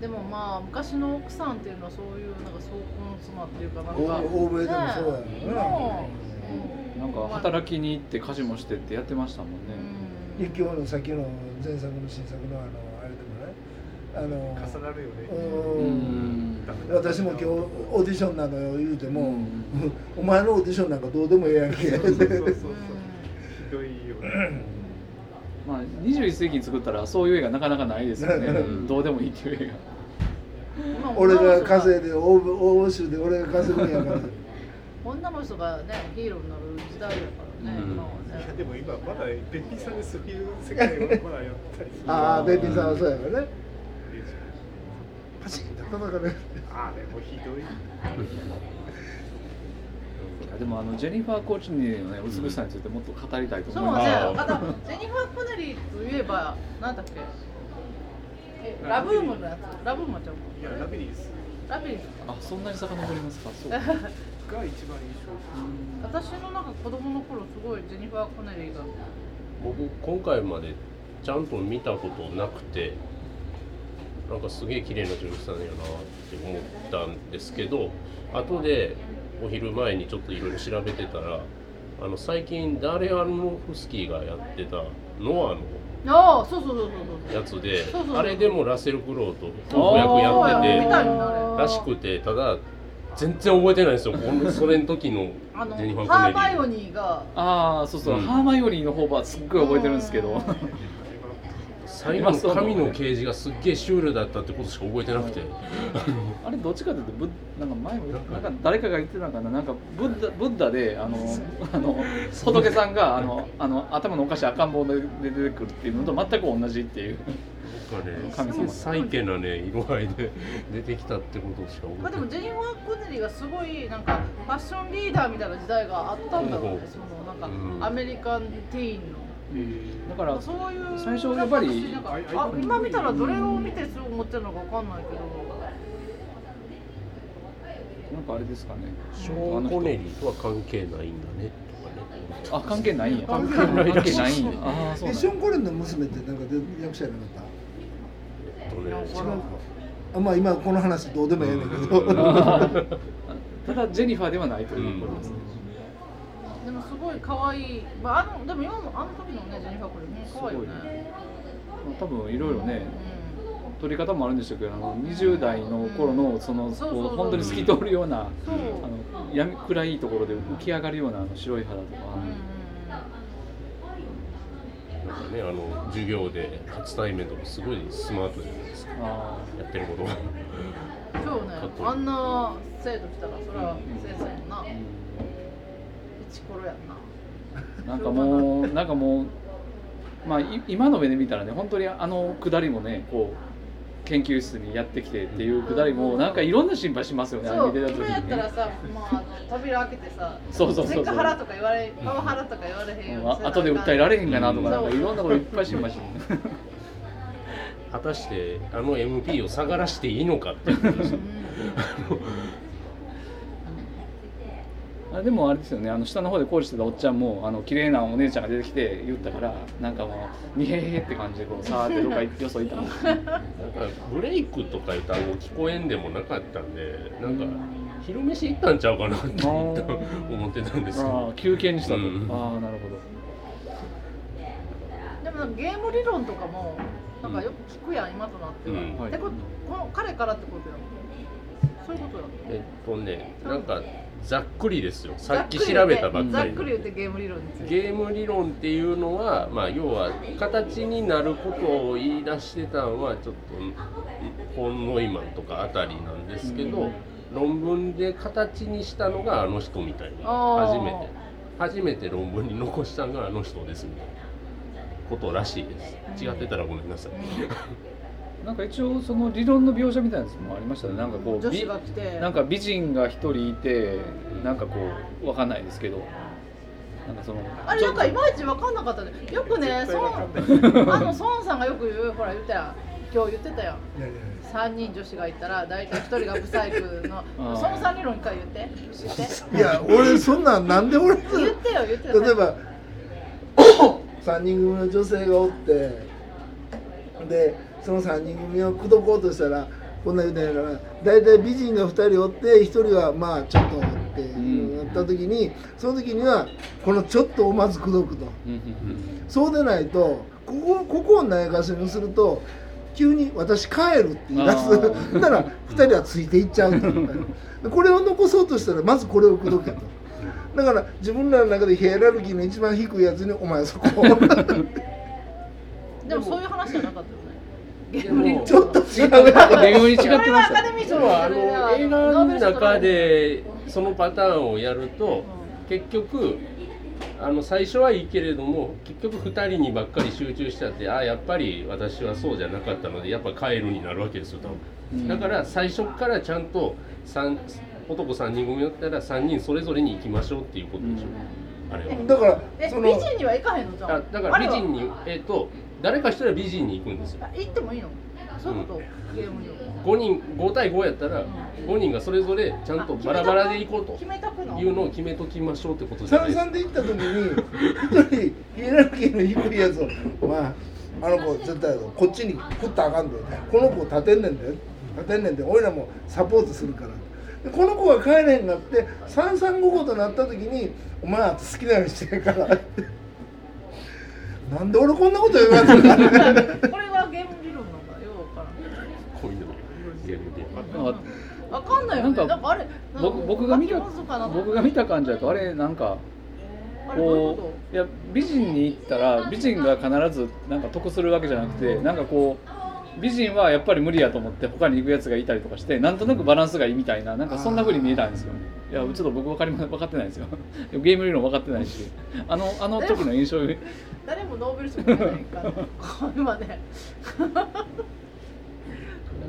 Speaker 2: でもまあ昔の奥さんっていうのはそういうなんか総合の妻っていうかなんか
Speaker 4: お欧米でもそうやろ
Speaker 2: ね
Speaker 4: な
Speaker 2: もう
Speaker 3: なんか働きに行って家事もしてってやってましたもん
Speaker 2: う
Speaker 3: ね。
Speaker 2: ん
Speaker 4: 一挙の先の前作の新作のあのあれでもねあの
Speaker 5: 重なるよね、
Speaker 4: う
Speaker 3: うんん
Speaker 4: 私も今日オーディションなのよ言うても、
Speaker 3: うん
Speaker 4: お前のオーディションなんかどうでもええやんけ
Speaker 5: そうそうそうそう
Speaker 2: うん
Speaker 5: ひどいよね
Speaker 3: まあ21世紀に作ったらそういう映画なかなかないですよね。
Speaker 1: うん
Speaker 3: どうでもいいっていう映画。
Speaker 2: 今
Speaker 4: [LAUGHS] 俺が稼い
Speaker 2: い
Speaker 4: で欧米欧州で俺が稼ぐんやから
Speaker 2: 女の人がねヒーローになる時代だからね、
Speaker 1: うん
Speaker 2: 今はい
Speaker 5: や
Speaker 2: ね
Speaker 5: でも今まだベッピーさんでそういう世界はまだやったりする
Speaker 4: ああベッピンさんはそうやからねパチンと叩かれる
Speaker 5: あれもひどい
Speaker 3: いやでもあのジェニファー・コーチニーのね美しさについてもっと語りたいと
Speaker 2: そう
Speaker 3: 思い
Speaker 2: ね
Speaker 3: ます。
Speaker 1: あー
Speaker 2: あとジェニファー・コネリーといえばなんだっけえラブームのやつラブームちゃうか
Speaker 5: いやラビリンス
Speaker 2: ラビリンス
Speaker 3: あそんなに遡りますか。そう。
Speaker 5: が一番印
Speaker 2: [LAUGHS]
Speaker 3: うん
Speaker 5: 象
Speaker 2: 私のなんか子供の頃すごいジェニファー・コネリーが
Speaker 1: 僕今回までちゃんと見たことなくてなんかすげえ綺麗な女優さんやなって思ったんですけど後でお昼前にちょっといろいろ調べてたらあの最近ダーレ・アルノフスキーがやってた「ノア」の
Speaker 2: ああそうそうそうそう
Speaker 1: やつで
Speaker 2: そうそうそう
Speaker 1: あれでもラッセル・クロウと
Speaker 2: そう
Speaker 1: 夫婦役やっ
Speaker 2: あー
Speaker 1: て
Speaker 2: 見
Speaker 1: て
Speaker 2: たいなあれ
Speaker 1: らしくてただ全然覚えてないんですよこのそれの時の
Speaker 2: あの
Speaker 1: ジェニファー・
Speaker 2: ハー
Speaker 1: コ
Speaker 2: マ
Speaker 1: ネ
Speaker 2: イ
Speaker 1: リ
Speaker 2: オ
Speaker 1: ー
Speaker 2: ニーが
Speaker 3: ああそうそう、
Speaker 1: うん
Speaker 3: ハーマイオリーの方はすっごい覚えてるんですけ
Speaker 2: う
Speaker 3: ど
Speaker 1: 最後の神の刑事がすっげえシュールだったってことしか覚えてなくて
Speaker 3: あれどっちかというとブッなんか前も言ったなんか誰かが言ってたのかななんかブッダブッダであのあの仏さんがあのあの頭のおかしい赤ん坊で出てくるっていうのと全く同じっていう
Speaker 1: なんかね
Speaker 3: 神様
Speaker 1: 最家なね色合いで出てきたってことしか
Speaker 2: ま
Speaker 1: 覚
Speaker 2: あ
Speaker 1: えてな
Speaker 2: でも
Speaker 1: い
Speaker 2: ジェニファー・コネリーがすごいなんかファッションリーダーみたいな時代があったんだろうねそのなんか、
Speaker 1: うん
Speaker 2: アメリカンティーンの
Speaker 3: だから
Speaker 2: そういう
Speaker 3: 最初やっぱり
Speaker 2: なんかあ今見たらどれを見てそう思ってるのかわかんないけど
Speaker 3: なんかあれですかね
Speaker 1: ショーン・コネリーとは関係ないんだねとかね
Speaker 3: あ関係ないんや
Speaker 2: 関係ない
Speaker 3: 関係ないんやああそう
Speaker 4: え
Speaker 3: なん
Speaker 4: シ
Speaker 3: や
Speaker 4: ョーン・コレンの娘ってなんかで役者やなかっ
Speaker 1: えっとね
Speaker 4: た違うかあまあ今この話どうでもええねんけど
Speaker 1: うん
Speaker 3: ただジェニファーではないということですね、
Speaker 2: でもすごい可愛い、まあ、あのでも今のあの時のねジェニファー・コネリーね可愛いよね
Speaker 3: まあ多分いろいろね
Speaker 2: うん
Speaker 3: 撮り方もあるんでしょうけどあの20代の頃のその
Speaker 2: そうそうそう
Speaker 3: こう本当に透き通るような
Speaker 2: そう、うん
Speaker 3: あの闇暗いところで浮き上がるようなあの白い肌とか
Speaker 1: なんかねあの授業で初対面とかすごいスマートじゃないですか
Speaker 3: あ
Speaker 1: やってることが
Speaker 2: そうね
Speaker 1: かっこいい
Speaker 2: あんな生徒来たらそれは先生やんな
Speaker 3: ー
Speaker 2: 一コロやんな
Speaker 3: なんかもうなんかもうまあい今の目で見たらね本当にあの下りもねこう研究室にやってきてっていう下りもなんかいろんな心配しますよねあれ
Speaker 2: そう
Speaker 3: 見てた時
Speaker 2: 今やっ
Speaker 3: に
Speaker 2: たら
Speaker 3: ね
Speaker 2: さ、まあ、扉開けてさ
Speaker 3: そうそうそうそう
Speaker 2: セクハラとか言われパワハラとか言われへんように
Speaker 3: あ後で訴えられへんかなと
Speaker 2: う
Speaker 3: か
Speaker 2: ん
Speaker 3: なんかいろんなこといっぱい心配してる
Speaker 1: 果たしてあの MP を下がらしていいのかっていうことです
Speaker 2: う
Speaker 1: よ
Speaker 2: ん
Speaker 3: あでもあれですよねあの下の方で工事してたおっちゃんもあの綺麗なお姉ちゃんが出てきて言ったからなんかもうにへへへって感じでこうさーってどっか行ってよそ行ったもん
Speaker 1: なんかブレイクとかいう単語聞こえんでもなかったんでなんか昼飯行ったんちゃうかなって思ってたんですけ
Speaker 3: ああ
Speaker 1: ど
Speaker 3: 休憩にしたと、
Speaker 1: うん
Speaker 3: ああなるほ
Speaker 2: でもなんかゲーム理論とかもなんかよく聞くやん今となっては、
Speaker 1: うん
Speaker 3: はい
Speaker 2: でここの彼からってことやんそういうことやん
Speaker 1: えっとねなんかざっくりですよさっき調べたばっ
Speaker 2: ざ
Speaker 1: か
Speaker 2: っ
Speaker 1: り
Speaker 2: くり言ってゲーム理論について
Speaker 1: ゲーム理論っていうのは、まあ、要は形になることを言い出してたのはちょっとホン・ノイマンとかあたりなんですけど、論文で形にしたのがあの人みたいな
Speaker 2: あー
Speaker 1: 初めて初めて論文に残したのがあの人ですみたいなことらしいです違ってたらごめんなさい、
Speaker 3: どなんか一応その理論の描写みたいなやつもありましたねなんかこう
Speaker 2: 女子
Speaker 3: び
Speaker 2: が来て
Speaker 3: なんか美人が一人いてなんかこうわかんないですけどなんかその
Speaker 2: あれ
Speaker 3: ち
Speaker 2: な
Speaker 3: ょ
Speaker 2: ん
Speaker 3: っ
Speaker 2: か
Speaker 3: と
Speaker 2: いまいちわかんなかったねよくね
Speaker 5: 絶対わかんない
Speaker 2: 孫あの孫さんがよく言うほら言ったやん今日言ってたよ
Speaker 4: いやいやいや
Speaker 2: 3人女子がいたら大体1人がブサイクの
Speaker 3: あー
Speaker 2: 孫さん理論一回言って言って
Speaker 4: いや俺そんなんなんで俺と
Speaker 2: 言ってよ言ってよ
Speaker 4: 例えば [COUGHS] 3人組の女性がおってでその3人組を口説こうとしたらこんな言うてんやから大体美人が2人おって1人はまあちょっとって
Speaker 3: ん
Speaker 4: なった時に、その時にはこの「ちょっと」をまず口説くと
Speaker 3: うんうん
Speaker 4: そうでないとここここをないがしろにすると急に「私帰る」って言い出
Speaker 3: あー
Speaker 4: す [LAUGHS] なら2人はついていっちゃうとい
Speaker 3: [LAUGHS]
Speaker 4: うかでこれを残そうとしたらまずこれを口説けと。だから自分らの中でヒエラルキーの一番低いやつに「お前そこ
Speaker 3: [LAUGHS]
Speaker 2: でもそういう話じゃなかったよねゲーム理論
Speaker 4: ちょっと違う
Speaker 3: うん
Speaker 4: な
Speaker 3: 微妙に違っ
Speaker 2: こ
Speaker 3: て
Speaker 2: れは
Speaker 3: ま
Speaker 2: ア
Speaker 3: し
Speaker 2: カ
Speaker 3: た
Speaker 2: デミー
Speaker 1: 実
Speaker 2: 賞
Speaker 1: はあの
Speaker 2: そ
Speaker 1: 映
Speaker 2: れで
Speaker 1: 画の
Speaker 2: ノーベル賞取ら
Speaker 1: 中
Speaker 2: れる
Speaker 1: でそのパターンをやると結局あの最初はいいけれども結局2人にばっかり集中しちゃってああやっぱり私はそうじゃなかったのでやっぱ帰るになるわけですよ多
Speaker 3: うん
Speaker 1: 分だから最初からちゃんと三男3人組だったら3人それぞれに行きましょうっていうことでしょ、あれは
Speaker 4: だから
Speaker 2: え
Speaker 4: そ
Speaker 2: 美
Speaker 4: の
Speaker 2: 人には行かへんのじゃ
Speaker 1: あ
Speaker 2: ん
Speaker 1: だから美人
Speaker 2: に
Speaker 1: にえっ、と誰か一人は美人に行くんですよ
Speaker 2: 行ってもいいのそういうことゲーム理論
Speaker 1: 5人5対5やったら5人がそれぞれちゃんとバラバラで行こうと
Speaker 2: 決めとくの
Speaker 1: いうのを決めときましょうってことじゃない
Speaker 4: 三
Speaker 1: ですか
Speaker 4: 三で行った時に一人ヒエラルキーの低いやつを「まああの子絶対こっちに食ったらあかんでこの子立てんねんで立てんねんで俺らもサポートするから」でこの子が帰れへんなって三 [LAUGHS] 三五五となった時に「お前あと好きなようにしてるから」なんで俺こんなこと言われてるんだろう
Speaker 2: これがゲーム理論なんだようわか
Speaker 1: こういうのゲームで
Speaker 3: なんから
Speaker 2: んわかんないよね
Speaker 3: な
Speaker 2: なんん
Speaker 3: か
Speaker 2: かあれ
Speaker 3: 僕僕が見た僕
Speaker 2: が
Speaker 3: が見た感じだとあれなんか
Speaker 2: あれどういうこ
Speaker 3: こういや美人に行ったら美人が必ずなんか得するわけじゃなくてなんかこう美人はやっぱり無理やと思って他に行くやつがいたりとかしてなんとなくバランスがいいみたいななんかそんな風に見えたんですよいやちょっと僕分かりま分かってないですよ [LAUGHS] ゲーム理論分かってないしあのあの時の印象より
Speaker 2: と誰もノーベル賞取れないからこれはね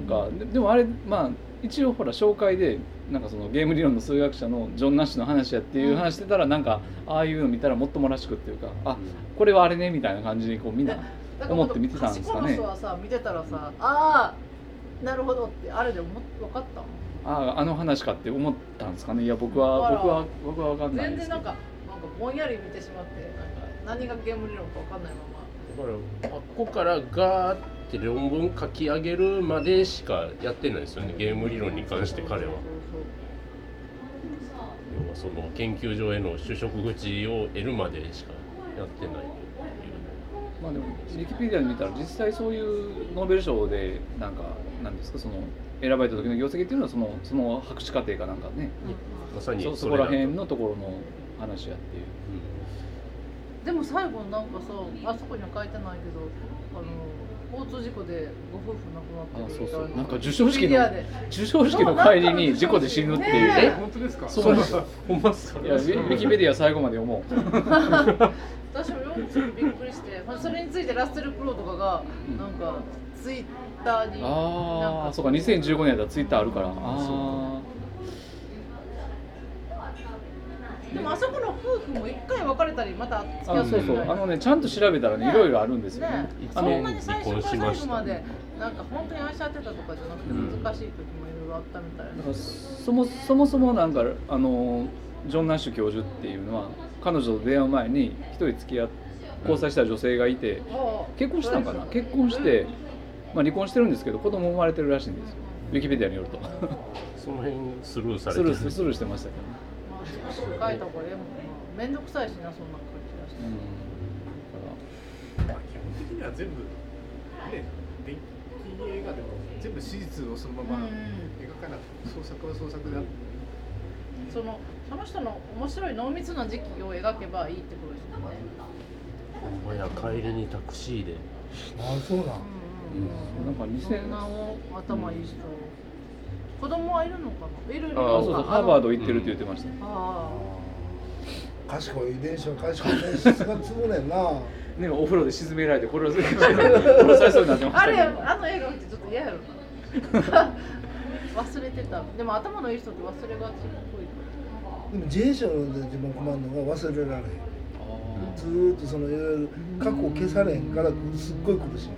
Speaker 3: なんかででもあれまあ一応ほら紹介でなんかそのゲーム理論の数学者のジョン・ナッシュの話やっていう話してたらなんかああいうの見たらもっともらしくっていうかあこれはあれねみたいな感じにこうみんな
Speaker 2: だから
Speaker 3: 思って見てたんですかね
Speaker 2: 賢い人はさ見てたらさああなるほどってあれで思っ分かったもん
Speaker 3: あああの話かって思ったんですかねいや僕は
Speaker 2: あら
Speaker 3: 僕は僕は分かんない
Speaker 2: 全
Speaker 3: です
Speaker 2: 然
Speaker 3: け
Speaker 2: なん
Speaker 3: ど
Speaker 2: かなんかぼんやり見てしまってなんか何がゲーム理論かわかんないまま
Speaker 1: だからここからガーって論文書き上げるまでしかやってないですよねゲーム理論に関して彼は要はその研究所への就職口を得るまでしかやってないという
Speaker 3: まあでもウィキペディアで見たら実際そういうノーベル賞でなんかなんですかその選ばれた時の業績っていうのはそのその博士課程かなんかね
Speaker 1: まさに
Speaker 3: そそ
Speaker 1: れ
Speaker 3: こ
Speaker 1: だ
Speaker 3: ら
Speaker 1: と
Speaker 3: 辺のところの話やっていう
Speaker 2: でも最後なんかさあそこには書いてないけどあの交通事故でご夫婦亡くなってる
Speaker 3: あそうそう
Speaker 2: みたい
Speaker 3: なんか授賞式
Speaker 2: メ
Speaker 3: の
Speaker 2: ディアで
Speaker 3: 授賞式の帰りに事故で死ぬっていう、
Speaker 2: ねえ
Speaker 5: 本当ですか
Speaker 3: そうなんです
Speaker 5: そう
Speaker 3: よ
Speaker 1: ほんまっすか
Speaker 3: いやウィウィキペディア最後まで思う
Speaker 2: 私も読んでびっくりしてまあそれについてラッセル・クロウとかが
Speaker 3: うん
Speaker 2: なんかツイッターに
Speaker 3: あ
Speaker 2: な
Speaker 3: あ
Speaker 2: ん
Speaker 3: そうか2015年だったらツイッターあるからああ
Speaker 2: でもあそこの夫婦も一回別れたりまた付き合
Speaker 3: あ
Speaker 2: っ
Speaker 3: そ
Speaker 2: た
Speaker 3: う
Speaker 2: り
Speaker 3: そう
Speaker 2: みた
Speaker 3: あ
Speaker 2: いな
Speaker 3: のねちゃんと調べたらねいろいろあるんですよね
Speaker 2: ね
Speaker 1: いつ
Speaker 3: あ
Speaker 2: そん
Speaker 3: の
Speaker 2: なに最初
Speaker 1: 離婚し
Speaker 2: から
Speaker 1: ま
Speaker 2: 最
Speaker 1: した
Speaker 2: 後までなんか本当に愛し合ってたとかじゃなくて
Speaker 1: うん
Speaker 2: 難しい時もいろいろあったみたいな、
Speaker 3: だからそもそもそもなんかあのジョン・ナッシュ教授っていうのは彼女と出会う前に一人付き合っ交際した女性がいて
Speaker 2: もう
Speaker 3: 結婚したんかな結婚して、まあ、離婚してるんですけど子供生まれてるらしいんですよウィキペディアによると
Speaker 1: その辺スルーされ
Speaker 3: ス
Speaker 1: て
Speaker 3: ル
Speaker 1: る
Speaker 3: ースルーしてましたけどね
Speaker 2: まあ自己紹介書いた方がええもんな面倒くさいしなそんな感じだし、
Speaker 3: う
Speaker 5: まあ基本的には全部ね電気映画でも全部史実をそのまま
Speaker 2: う
Speaker 5: 描かなくて創作は創作であって
Speaker 2: そのその人の面白い濃密な時期を描けばいいってことですよね、
Speaker 1: ほんまや帰りにタクシーで
Speaker 4: あそうなん
Speaker 2: うん
Speaker 3: なんか2000
Speaker 2: そんなお頭いい人、子供はいるのかないるいる
Speaker 1: あ
Speaker 3: んあそうそうハーバード行ってるって言ってました、
Speaker 2: あ
Speaker 4: 賢い遺伝子の賢い遺伝子がつぶねんな
Speaker 3: ねお風呂で沈められてこれを殺されそうになってま
Speaker 2: あ
Speaker 3: した
Speaker 2: あ
Speaker 3: け
Speaker 2: れ
Speaker 3: ど
Speaker 2: あの映画見てちょっと嫌やろな忘れてたでも頭のいい人って忘れがちっぽいから
Speaker 4: でも人生の自分困るのが忘れられへん
Speaker 3: あ
Speaker 4: ずーっとそのいろいろ過去を消されへんからすっごい苦し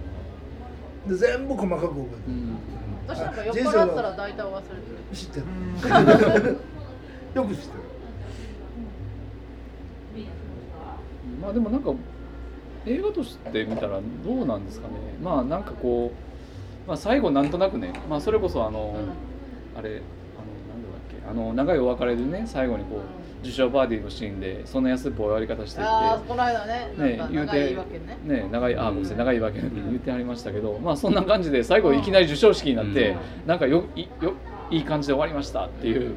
Speaker 4: いで全部細かく覚
Speaker 3: ーう
Speaker 4: えて
Speaker 3: ん
Speaker 2: 私なんか酔っ払ったら大体忘れてる。
Speaker 4: る知ってるよく知ってる
Speaker 3: まあでもなんか映画として見たらどうなんですかねまあなんかこう、まあ、最後なんとなくね、まあ、それこそあの、あれあのなんだっけあの長いお別れでね最後にこう受賞パーティーのシーンでそんな安っぽい終わり方していて
Speaker 2: ああ、この間ね、
Speaker 3: ね
Speaker 2: なんか
Speaker 3: 言う
Speaker 2: 長
Speaker 3: て
Speaker 2: いわけね。
Speaker 3: ね長いあーごめんなさい長いわけ
Speaker 1: ん
Speaker 3: 言ってありましたけど、まあそんな感じで最後いきなり授賞式になって、なんかよいよいい感じで終わりましたっていう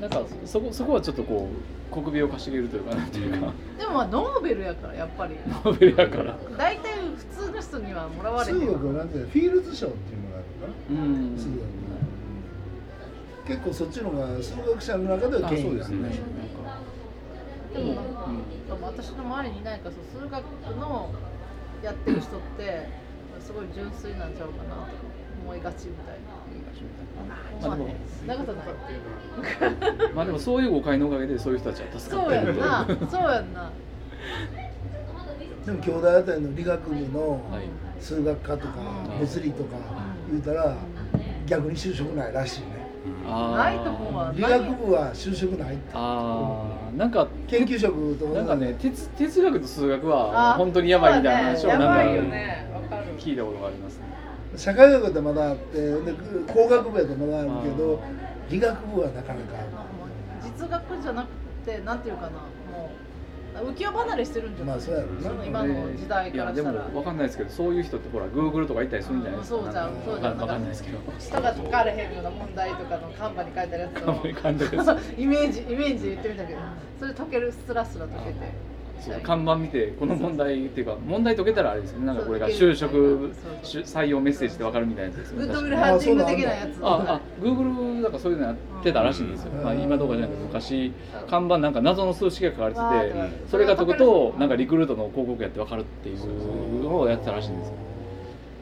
Speaker 3: なんかそこそこはちょっとこう国美をかしげるというかなんていうか
Speaker 2: でもまあノーベルやからやっぱり。
Speaker 3: ノーベルやから。
Speaker 2: 大体普通の人にはもらわれて
Speaker 4: 数
Speaker 2: る。
Speaker 4: 学はなんてフィールズ賞っていうのがあるのかな
Speaker 3: うん
Speaker 4: 数学結構そっちの方が数学者の中では
Speaker 3: あ
Speaker 4: 権
Speaker 3: そう
Speaker 4: 威
Speaker 3: で
Speaker 4: があ
Speaker 3: す
Speaker 4: る
Speaker 3: ね。
Speaker 2: でもなんか、でも私の周りにいないからそう数学のやってる人ってすごい純粋なんちゃうかなと思いがちみたいな。
Speaker 3: ま
Speaker 2: ま
Speaker 3: あ
Speaker 2: あ
Speaker 3: でも
Speaker 2: ね、長さない。
Speaker 3: まあでもそういう誤解のおかげでそういう人たちは助かっ
Speaker 2: そう
Speaker 3: て
Speaker 2: や
Speaker 3: る
Speaker 2: んな、そうやんな。
Speaker 4: でも兄弟あたりの理学部の
Speaker 3: はい
Speaker 4: 数学科とか物理とか言うたら逆に就職ないらしいね
Speaker 3: あー
Speaker 2: ないとこは
Speaker 4: 理学部は就職ないって
Speaker 3: あーなんか
Speaker 4: 研究職と
Speaker 3: なんかね哲哲学と数学は本当にやばいみたいな話を
Speaker 2: や
Speaker 3: なんか
Speaker 2: ばいよね、わかる。
Speaker 3: 聞いたことがありますね。
Speaker 4: 社会学ってまだあってで工学部やとまだあるけど理学部はなかなか
Speaker 2: 実学じゃなくてなんていうかなもう浮世離れしてるんじゃない、
Speaker 4: まあそうやろ
Speaker 2: そ
Speaker 4: な
Speaker 2: の今の時代
Speaker 3: い
Speaker 2: か
Speaker 3: や
Speaker 2: ら
Speaker 3: で
Speaker 2: した
Speaker 3: も
Speaker 2: ら
Speaker 3: わかんないですけどそういう人ってほら Google とか行ったりするんじゃないですか
Speaker 2: うんそうじゃん
Speaker 3: なんか
Speaker 2: そうじゃん
Speaker 3: わかんないですけど
Speaker 2: 下が書かれへんような問題とかの看板に書いてあるやつ
Speaker 3: あんまり感じです
Speaker 2: をイメージイメージで言ってみたけどそれ解けるスラスラ解けて
Speaker 3: そう看板見てこの問題っていうか問題解けたらあれですよねなんかこれが就職し採用メッセージってわかるみたいなやつですよ
Speaker 2: グッ
Speaker 3: ね
Speaker 2: ドウィ
Speaker 3: 確
Speaker 2: ル
Speaker 3: か
Speaker 2: ハンティング的なやつ
Speaker 3: ああ Google なんかそういうのやってたらしいんですよ、
Speaker 4: うん
Speaker 3: まあ、今どうかじゃなくて昔
Speaker 2: うん
Speaker 3: 看板なんか謎の数式が書かれ
Speaker 2: わーっててなる
Speaker 3: てそれが解くとなんかリクルートの広告やってわかるっていうのをやってたらしいん
Speaker 2: [LAUGHS]
Speaker 3: ですよ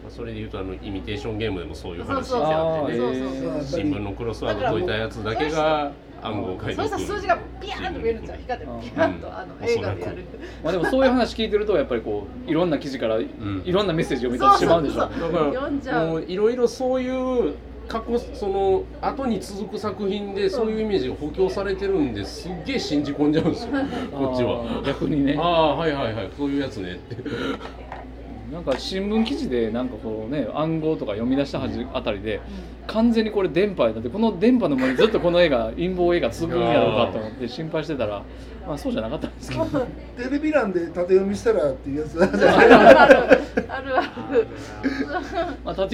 Speaker 1: まあそれで言うとあのイミテーションゲームでもそういう話
Speaker 2: そうそう
Speaker 1: してあってね
Speaker 2: そう
Speaker 3: えー
Speaker 4: そうそう
Speaker 1: 新聞のクロスワード解いたやつだけが暗号を解
Speaker 2: そ
Speaker 1: 読
Speaker 2: うしたら数字がピヤーンと見えるんじゃん光ってピヤーンとあの映画でやる
Speaker 3: まあ、でもそういう話聞いてるとやっぱりこういろんな記事からい
Speaker 1: ん
Speaker 3: ろんなメッセージを見てしまうんでし
Speaker 2: そ
Speaker 3: ょ
Speaker 1: だから
Speaker 2: 読んじゃう
Speaker 1: もういろいろそういう過去その後に続く作品でそういうイメージが補強されてるんですっげえ信じ込んじゃうん
Speaker 2: [LAUGHS]
Speaker 1: ですよこっち
Speaker 3: あー
Speaker 1: は。
Speaker 3: 逆にね
Speaker 1: ああはいはいはいそういうやつ
Speaker 2: [LAUGHS]
Speaker 1: ねって
Speaker 3: なんか新聞記事でなんかこうね暗号とか読み出したはじあたりで完全にこれ電波やなってこの電波の前にずっとこの映画陰謀映画続くんやろうかと思って心配してたら [LAUGHS] まあそうじゃなかったんですけど
Speaker 4: テレビ欄で縦読みしたらっていう
Speaker 3: [LAUGHS]
Speaker 4: やつだ
Speaker 2: あるあるあるある
Speaker 3: まあ立ち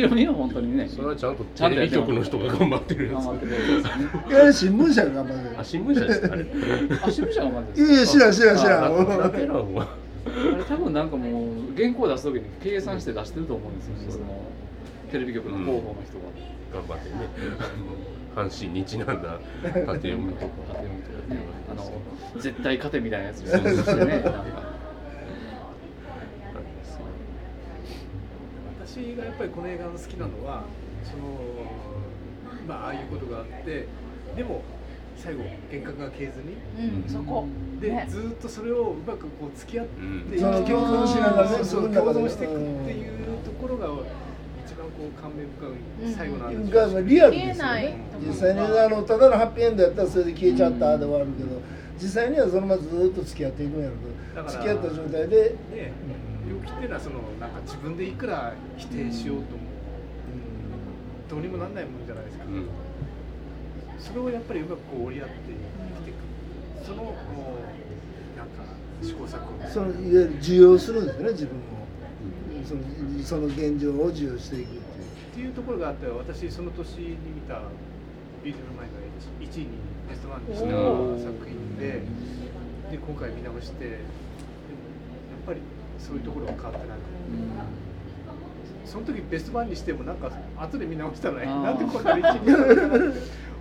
Speaker 3: 読みは本当にね
Speaker 1: それはちゃんと [LAUGHS] テレビ局の人が頑張ってるや
Speaker 3: 頑張って
Speaker 1: つ
Speaker 3: くれてるんですよね
Speaker 4: いや新聞社が頑張
Speaker 1: あ新聞社ですかあれ
Speaker 3: あ新聞社がまず
Speaker 4: るいやいや知らん知らん知ら
Speaker 1: あ
Speaker 4: ん
Speaker 1: ラテランは
Speaker 3: あれ多分なんかもう原稿出す時に計算して出してると思うんですよねそのテレビ局の広報の人が
Speaker 1: 頑張ってね [LAUGHS] 阪神にちなん
Speaker 2: [LAUGHS]
Speaker 1: だ縦読みとか
Speaker 3: 立て読みとかねあの絶対勝てみたいなやつにしてねなんか
Speaker 1: ありますね
Speaker 5: 私がやっぱりこの映画の好きなのはそのまあああいうことがあってでも最後幻覚が消えずに
Speaker 2: うんそこ
Speaker 5: で、
Speaker 2: ね
Speaker 5: ずーっとそれをうまくこう付き合って
Speaker 1: うん
Speaker 4: その共存しながらね
Speaker 5: そうそう
Speaker 4: 自分の中
Speaker 5: 共
Speaker 4: で
Speaker 5: 存していくっていうところが一番こう感銘深い最後の話、
Speaker 4: がまあリアルです
Speaker 2: 消
Speaker 4: よ
Speaker 2: えない
Speaker 4: ね実際にあのただのハッピーエンドやったらそれで消えちゃったで終わるけど実際にはそのままずーっと付き合っていくんやろうけ
Speaker 5: だ
Speaker 4: ど
Speaker 5: か
Speaker 4: 付
Speaker 5: ら
Speaker 4: き合った状態で、う
Speaker 5: ね
Speaker 4: ん
Speaker 5: 病気っていうのはそのなんか自分でいくら否定しようともどうにもなんないもんじゃないですか、
Speaker 1: うん
Speaker 5: それをやっぱりうまくこう折り合って生きていくそのこうなんか試行錯
Speaker 4: うん
Speaker 5: 誤
Speaker 4: そのいわゆる受容するんですよね自分をそのその現状を受容していくっていう
Speaker 5: っていうところがあって私その年に見た「ビートルマイン」が1位にベストワンにした
Speaker 1: おー
Speaker 5: 作品でで今回見直してでもやっぱりそういうところは変わってないその時ベストワンにしてもなんか後で見直したら
Speaker 3: あー
Speaker 5: なんでこんなに1位になったのかなって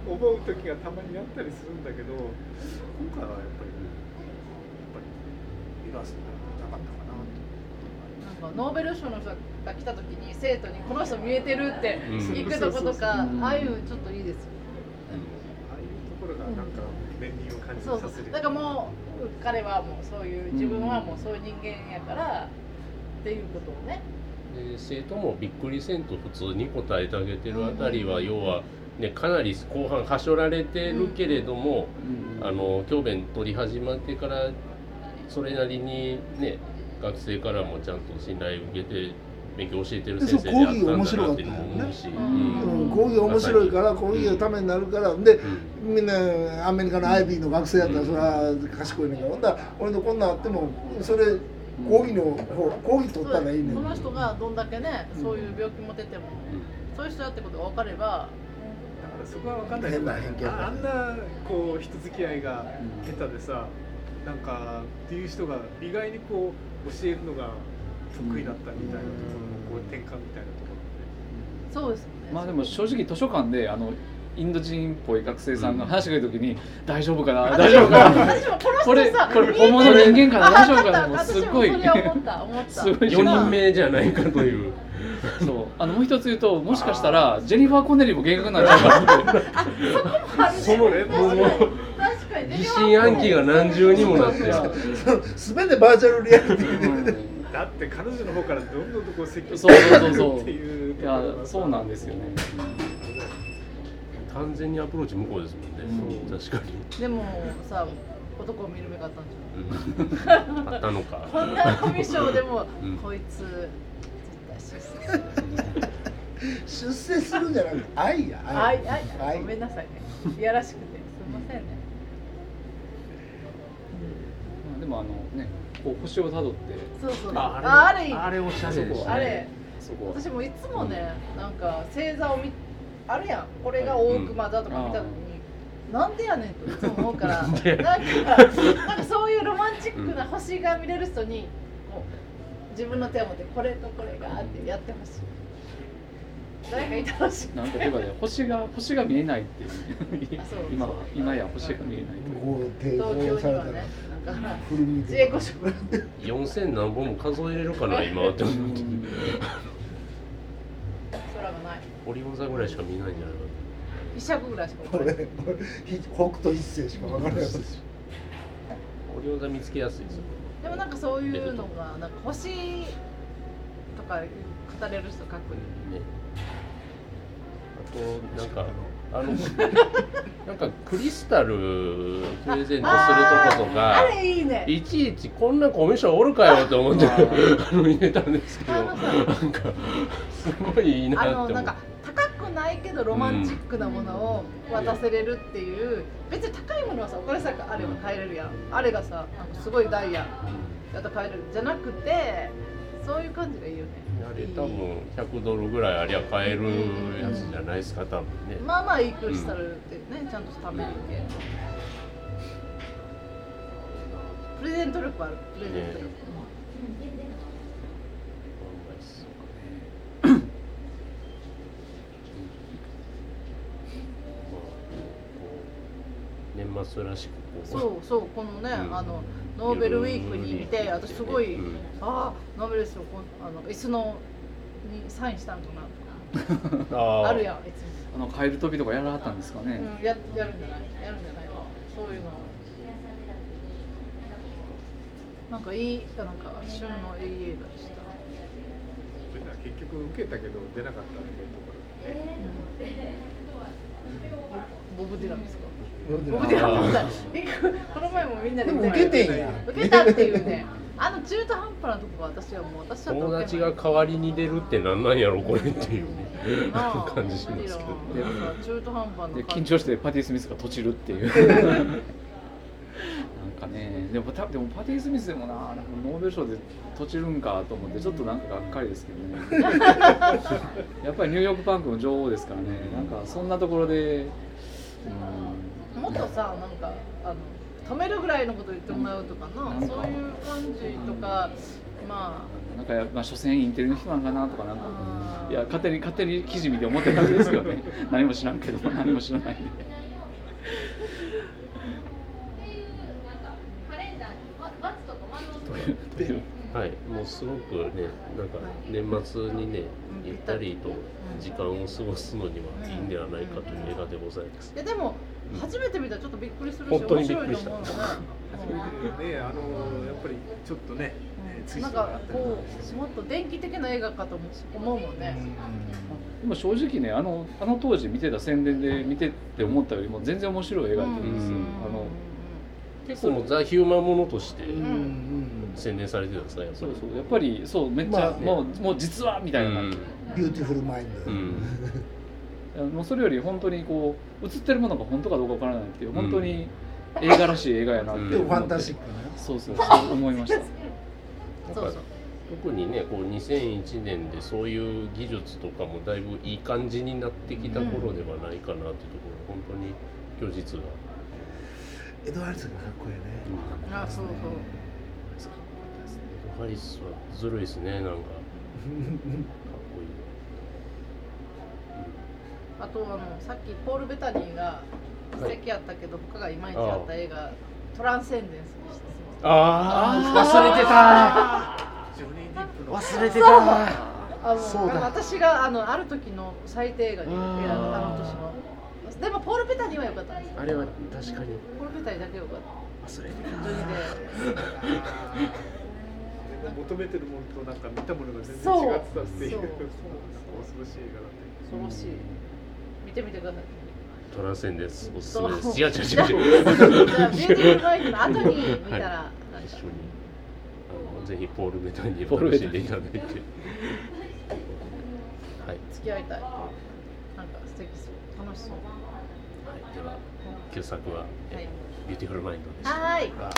Speaker 5: 思う時がたまにあったりするんだけど今回はやっぱりやっぱり見直すのがなかった
Speaker 2: な
Speaker 5: かなと。
Speaker 2: んかノーベル賞の人が来た時に生徒にこの人見えてるって
Speaker 1: うん
Speaker 2: 聞くとことか、
Speaker 3: うん
Speaker 2: ああいうのちょっといいですよ、
Speaker 5: ああいうところがなんか面臨を感じ
Speaker 2: そ
Speaker 5: さ
Speaker 2: うそ
Speaker 5: せ
Speaker 2: う
Speaker 5: る。
Speaker 2: なんかもう彼はもうそういう自分はもうそういう人間やからっていうことをね
Speaker 1: で生徒もびっくりせんと普通に答えてあげてるあたりは要は、ね、かなり後半はしょられてるけれども、あの教鞭取り始まってからそれなりにね学生からもちゃんと信頼受けて勉強教えてる先生であったんだなっていうのも思うし。
Speaker 2: 講義面白かったよね
Speaker 1: うん
Speaker 4: うん、講義面白いから講義のためになるから、でみんなアメリカのアイビーの学生やったらそれは賢いねんからほんだら俺のこんなんあってもそれ講義の方講義取ったらいいねん
Speaker 2: その人がどんだけね
Speaker 4: うん
Speaker 2: そういう病気持ってても、そういう人だってことが分かれば
Speaker 5: だからそこは分かんない
Speaker 4: 変な偏見
Speaker 5: ああんなこう人付き合いが下手でさなんかっていう人が意外にこう教えるのが得意だったみたいなところのこう転換みたいなとこ
Speaker 2: そうですよね
Speaker 3: まあでも正直図書館であのインド人っぽい学生さんが話してくるときに大丈夫かな大丈夫かな
Speaker 2: 私もこの
Speaker 3: これ
Speaker 2: 人さ
Speaker 3: これ
Speaker 2: 見えて
Speaker 3: 本物の人間か
Speaker 2: あ
Speaker 3: な大丈
Speaker 2: 分か
Speaker 3: 夫か
Speaker 2: った
Speaker 3: なもう
Speaker 2: 私
Speaker 3: す
Speaker 2: も
Speaker 3: ごい
Speaker 2: それは思った思った
Speaker 3: すごい
Speaker 1: 4人目じゃないかという。
Speaker 3: そうあのもう一つ言うともしかしたらジェニファー・コネリーも幻覚なんちゃうかなって
Speaker 5: そのレベル
Speaker 2: 確
Speaker 5: も
Speaker 2: かに
Speaker 1: 疑心暗鬼が何重にもなってる
Speaker 4: そう全てバーチャルリアリティで
Speaker 5: ろだって彼女の方からどんどんとこう積極
Speaker 3: そうそうそうそう
Speaker 5: [LAUGHS] っていう
Speaker 3: い
Speaker 5: とこ
Speaker 3: や
Speaker 5: ろが
Speaker 3: そうなんですよね
Speaker 1: 完全にアプローチ向こうですもんね。
Speaker 3: うん
Speaker 1: 確かに。
Speaker 2: でもさ男を見る目があったんじゃない
Speaker 1: うんあったのか。
Speaker 2: こんなコミュ障でも、
Speaker 1: うん
Speaker 2: こいつ絶対出世する。
Speaker 4: 出世するんじゃなくて愛や
Speaker 2: あい、あ
Speaker 4: 愛
Speaker 2: い、ごめんなさいね。いやらしくて、すみませんね。
Speaker 3: でももあのねこう星をたどって
Speaker 2: そうそう
Speaker 5: あ
Speaker 2: ああ
Speaker 5: あれ
Speaker 2: れ
Speaker 5: あれおしゃれでし
Speaker 3: あ
Speaker 5: た
Speaker 2: あ
Speaker 5: ね
Speaker 2: れ
Speaker 3: そこは
Speaker 2: 私もいつもねなんか星座を見あるやんこれが大熊座とか見た時に、なんでやねんっていつも思うからなんかなんかそういうロマンチックな星が見れる人にこう自分の手を持ってこれとこれがってやってほしい誰かいてほしい
Speaker 3: なんか例えばね星が星が見えないっていう
Speaker 2: あそう
Speaker 3: 今今や星が見えないという
Speaker 4: こう抵
Speaker 2: 東京
Speaker 4: 抗
Speaker 2: に
Speaker 4: され
Speaker 2: は
Speaker 4: たら
Speaker 2: ねなんか
Speaker 4: 古見
Speaker 2: 自
Speaker 4: て
Speaker 2: 衛五色
Speaker 1: 4000何本も数えれるかな今はって思って
Speaker 2: 空がない
Speaker 1: オリオン座ぐらいしか見ないんじゃないか
Speaker 2: 一尺ぐらいしか
Speaker 4: こ
Speaker 2: 来
Speaker 4: れ
Speaker 2: ない
Speaker 4: これひ北斗一星しか分からない
Speaker 1: なオリオン座見つけやすいですよ
Speaker 2: でもなんかそういうのがなんか星とか語れる人かっこいい
Speaker 1: ねあとなんかあの
Speaker 2: [LAUGHS]
Speaker 1: なんかクリスタルプレゼントするとこと
Speaker 2: あ
Speaker 1: が
Speaker 2: れいいね
Speaker 1: いちいちこんなコミュ障おるかよって思って
Speaker 3: あー
Speaker 1: あの見れたんですけど
Speaker 2: あ
Speaker 1: なん
Speaker 2: のさ
Speaker 1: かすごいいいな
Speaker 2: あ
Speaker 1: って思
Speaker 2: の
Speaker 1: う
Speaker 2: なんか高くないけどロマンチックなものを渡せれるっていう別に高いものはさお金さえあれば買えれるやんあれがさなんかすごいダイヤやったら買えるじゃなくてそういう感じがいいよね
Speaker 1: あれ多分100ドルぐらいありゃ買えるやつじゃないですか多分ね
Speaker 2: まあまあいいクリスタルってね、ちゃんと食べる系プレゼント力あるプレゼント力、
Speaker 1: ね案外そうかねまあこう年末らしくこ
Speaker 2: そうそうこのね、
Speaker 1: うん
Speaker 2: あのノーベルウィークにいて私すごい、
Speaker 1: うん
Speaker 2: ああノーベル賞こんあの椅子のにサインしたんかな
Speaker 1: あー
Speaker 2: あるやんいつも。
Speaker 3: あのカエル飛びとかやらはったんですかね、
Speaker 2: うん、ややるんじゃないやるんじゃないわそういうのなんかいいなんか旬のいい映画でした、
Speaker 5: 結局受けたけど出なかったっていうところでね
Speaker 2: ボブ・ディランですか
Speaker 4: ブ [LAUGHS]
Speaker 2: ボブ・ディランもさ結構この前もみんなで
Speaker 4: でも
Speaker 2: 言っ
Speaker 4: 受け
Speaker 2: たけ
Speaker 4: て
Speaker 2: ど
Speaker 4: んや
Speaker 2: 受けたっていうねあの中途半端なとこは私はもう私は
Speaker 1: 友達
Speaker 2: ど
Speaker 1: が
Speaker 2: うで
Speaker 1: 代わりに出るってなんなんやろこれっていう
Speaker 2: もいい
Speaker 1: ね
Speaker 2: な
Speaker 1: 感じしますけど
Speaker 2: ボブディランなんか中途半端な感
Speaker 3: で
Speaker 2: じ
Speaker 3: 緊張してパティ・スミスがとちるっていう
Speaker 2: [LAUGHS]
Speaker 3: なんかねでもたでもパティ・スミスでもななんかノーベル賞でとちるんかと思ってちょっとなんかがっかりです
Speaker 2: [LAUGHS]
Speaker 3: けどねやっぱりニューヨークパンクの女王ですからねなんかそんなところでうん
Speaker 2: もっとさなんかあの止めるぐらいのこと言ってもらうとかな
Speaker 3: なんか
Speaker 2: そういう感じとかま
Speaker 3: なんかや、まあ、所詮インテリの人なんかなとかなんか
Speaker 2: あー
Speaker 3: いや勝手に勝手に記事見て思ってただけですけどね何も知らんけど何も知らないんで。というという
Speaker 1: はいもうすごくねなんか年末にねゆったりと時間を過ごすのにはいいんではないかという映画でございます
Speaker 2: あいやでも初めて見たらちょっとびっくりするし
Speaker 1: 本当にびっく
Speaker 2: 面
Speaker 1: りし
Speaker 2: 白いと
Speaker 1: た
Speaker 2: 思うよね
Speaker 5: ねあのやっぱりちょっとねツイ
Speaker 2: な
Speaker 5: ス
Speaker 2: ん
Speaker 5: トがあ
Speaker 2: か
Speaker 5: ったりと
Speaker 2: こ
Speaker 5: かして
Speaker 2: うもっと電気的な映画かと思うもんね。
Speaker 3: でも正直ねあのあの当時見てた宣伝で見てって思ったよりも全然面白い映画やったんですよ、
Speaker 1: うん
Speaker 3: あの
Speaker 1: 結構もうザ・ヒューマンものとして
Speaker 4: うんうん
Speaker 1: 宣伝されてたんですねやっぱ
Speaker 3: そ
Speaker 1: り
Speaker 3: うそうやっぱりそうめっちゃ、
Speaker 4: まあね
Speaker 3: もうもう実はみたいな感じ、
Speaker 4: ビューティフルマイン
Speaker 1: う
Speaker 4: ド、
Speaker 1: んうん
Speaker 3: あのもうそれより本当にこう映ってるものが本当かどうかわからないっていう
Speaker 1: うん
Speaker 3: 本当に映画らしい映画やなって
Speaker 1: うん
Speaker 4: で
Speaker 3: 思って
Speaker 4: もファンタスティックな
Speaker 3: そうそうそう思いました
Speaker 1: なん
Speaker 2: そう
Speaker 1: か
Speaker 2: そう
Speaker 1: 特にねこう2001年でそういう技術とかもだいぶいい感じになってきた頃ではないかなっていうところ、本当に虚実が、
Speaker 4: エドワルドがかっこいいね
Speaker 2: あそう
Speaker 1: ハリスはずるいですねなんかかっこいい
Speaker 2: そう。あとあのさっきポールベタニーが素敵やったけど他がいまいちやった映画トランセンデンスにしてす
Speaker 1: あ
Speaker 5: ジョニー・ディップの
Speaker 2: あの
Speaker 4: そうだ
Speaker 2: なんか私があのある時の最低映画に選んだ
Speaker 1: あ
Speaker 2: あ
Speaker 1: ー
Speaker 2: の年の。でもポールベタニーは良かったんです。
Speaker 1: あれは確かに
Speaker 2: ポールベタニーだけ良かった。
Speaker 1: 忘れて
Speaker 2: 本当にね。
Speaker 5: [LAUGHS] 求めてるものとなんか見たものが全然
Speaker 2: そう
Speaker 5: 違ってたっていう
Speaker 2: そうそう
Speaker 5: 恐ろしい映画だった
Speaker 2: 恐ろしい。見てみてください。
Speaker 1: トランセンデンスおすすめ
Speaker 2: そ
Speaker 1: で
Speaker 2: う
Speaker 1: す違う違う
Speaker 2: じゃあ
Speaker 1: 違う
Speaker 2: ビ
Speaker 1: 違う
Speaker 2: ューティフルライフの後に見たら、なん
Speaker 1: 一
Speaker 2: か
Speaker 1: 緒にあのぜひポール・メタニー
Speaker 3: ポ
Speaker 1: を
Speaker 3: ール
Speaker 1: 楽
Speaker 3: メ
Speaker 1: し
Speaker 3: タ
Speaker 1: ん
Speaker 3: ニー
Speaker 1: でいただいてはい、
Speaker 2: 付き合いたい。なんか素敵そう。楽しそう。
Speaker 1: はい、では旧作は、え
Speaker 2: はい
Speaker 1: ビューティフルマインドでした
Speaker 2: はーい。
Speaker 1: あ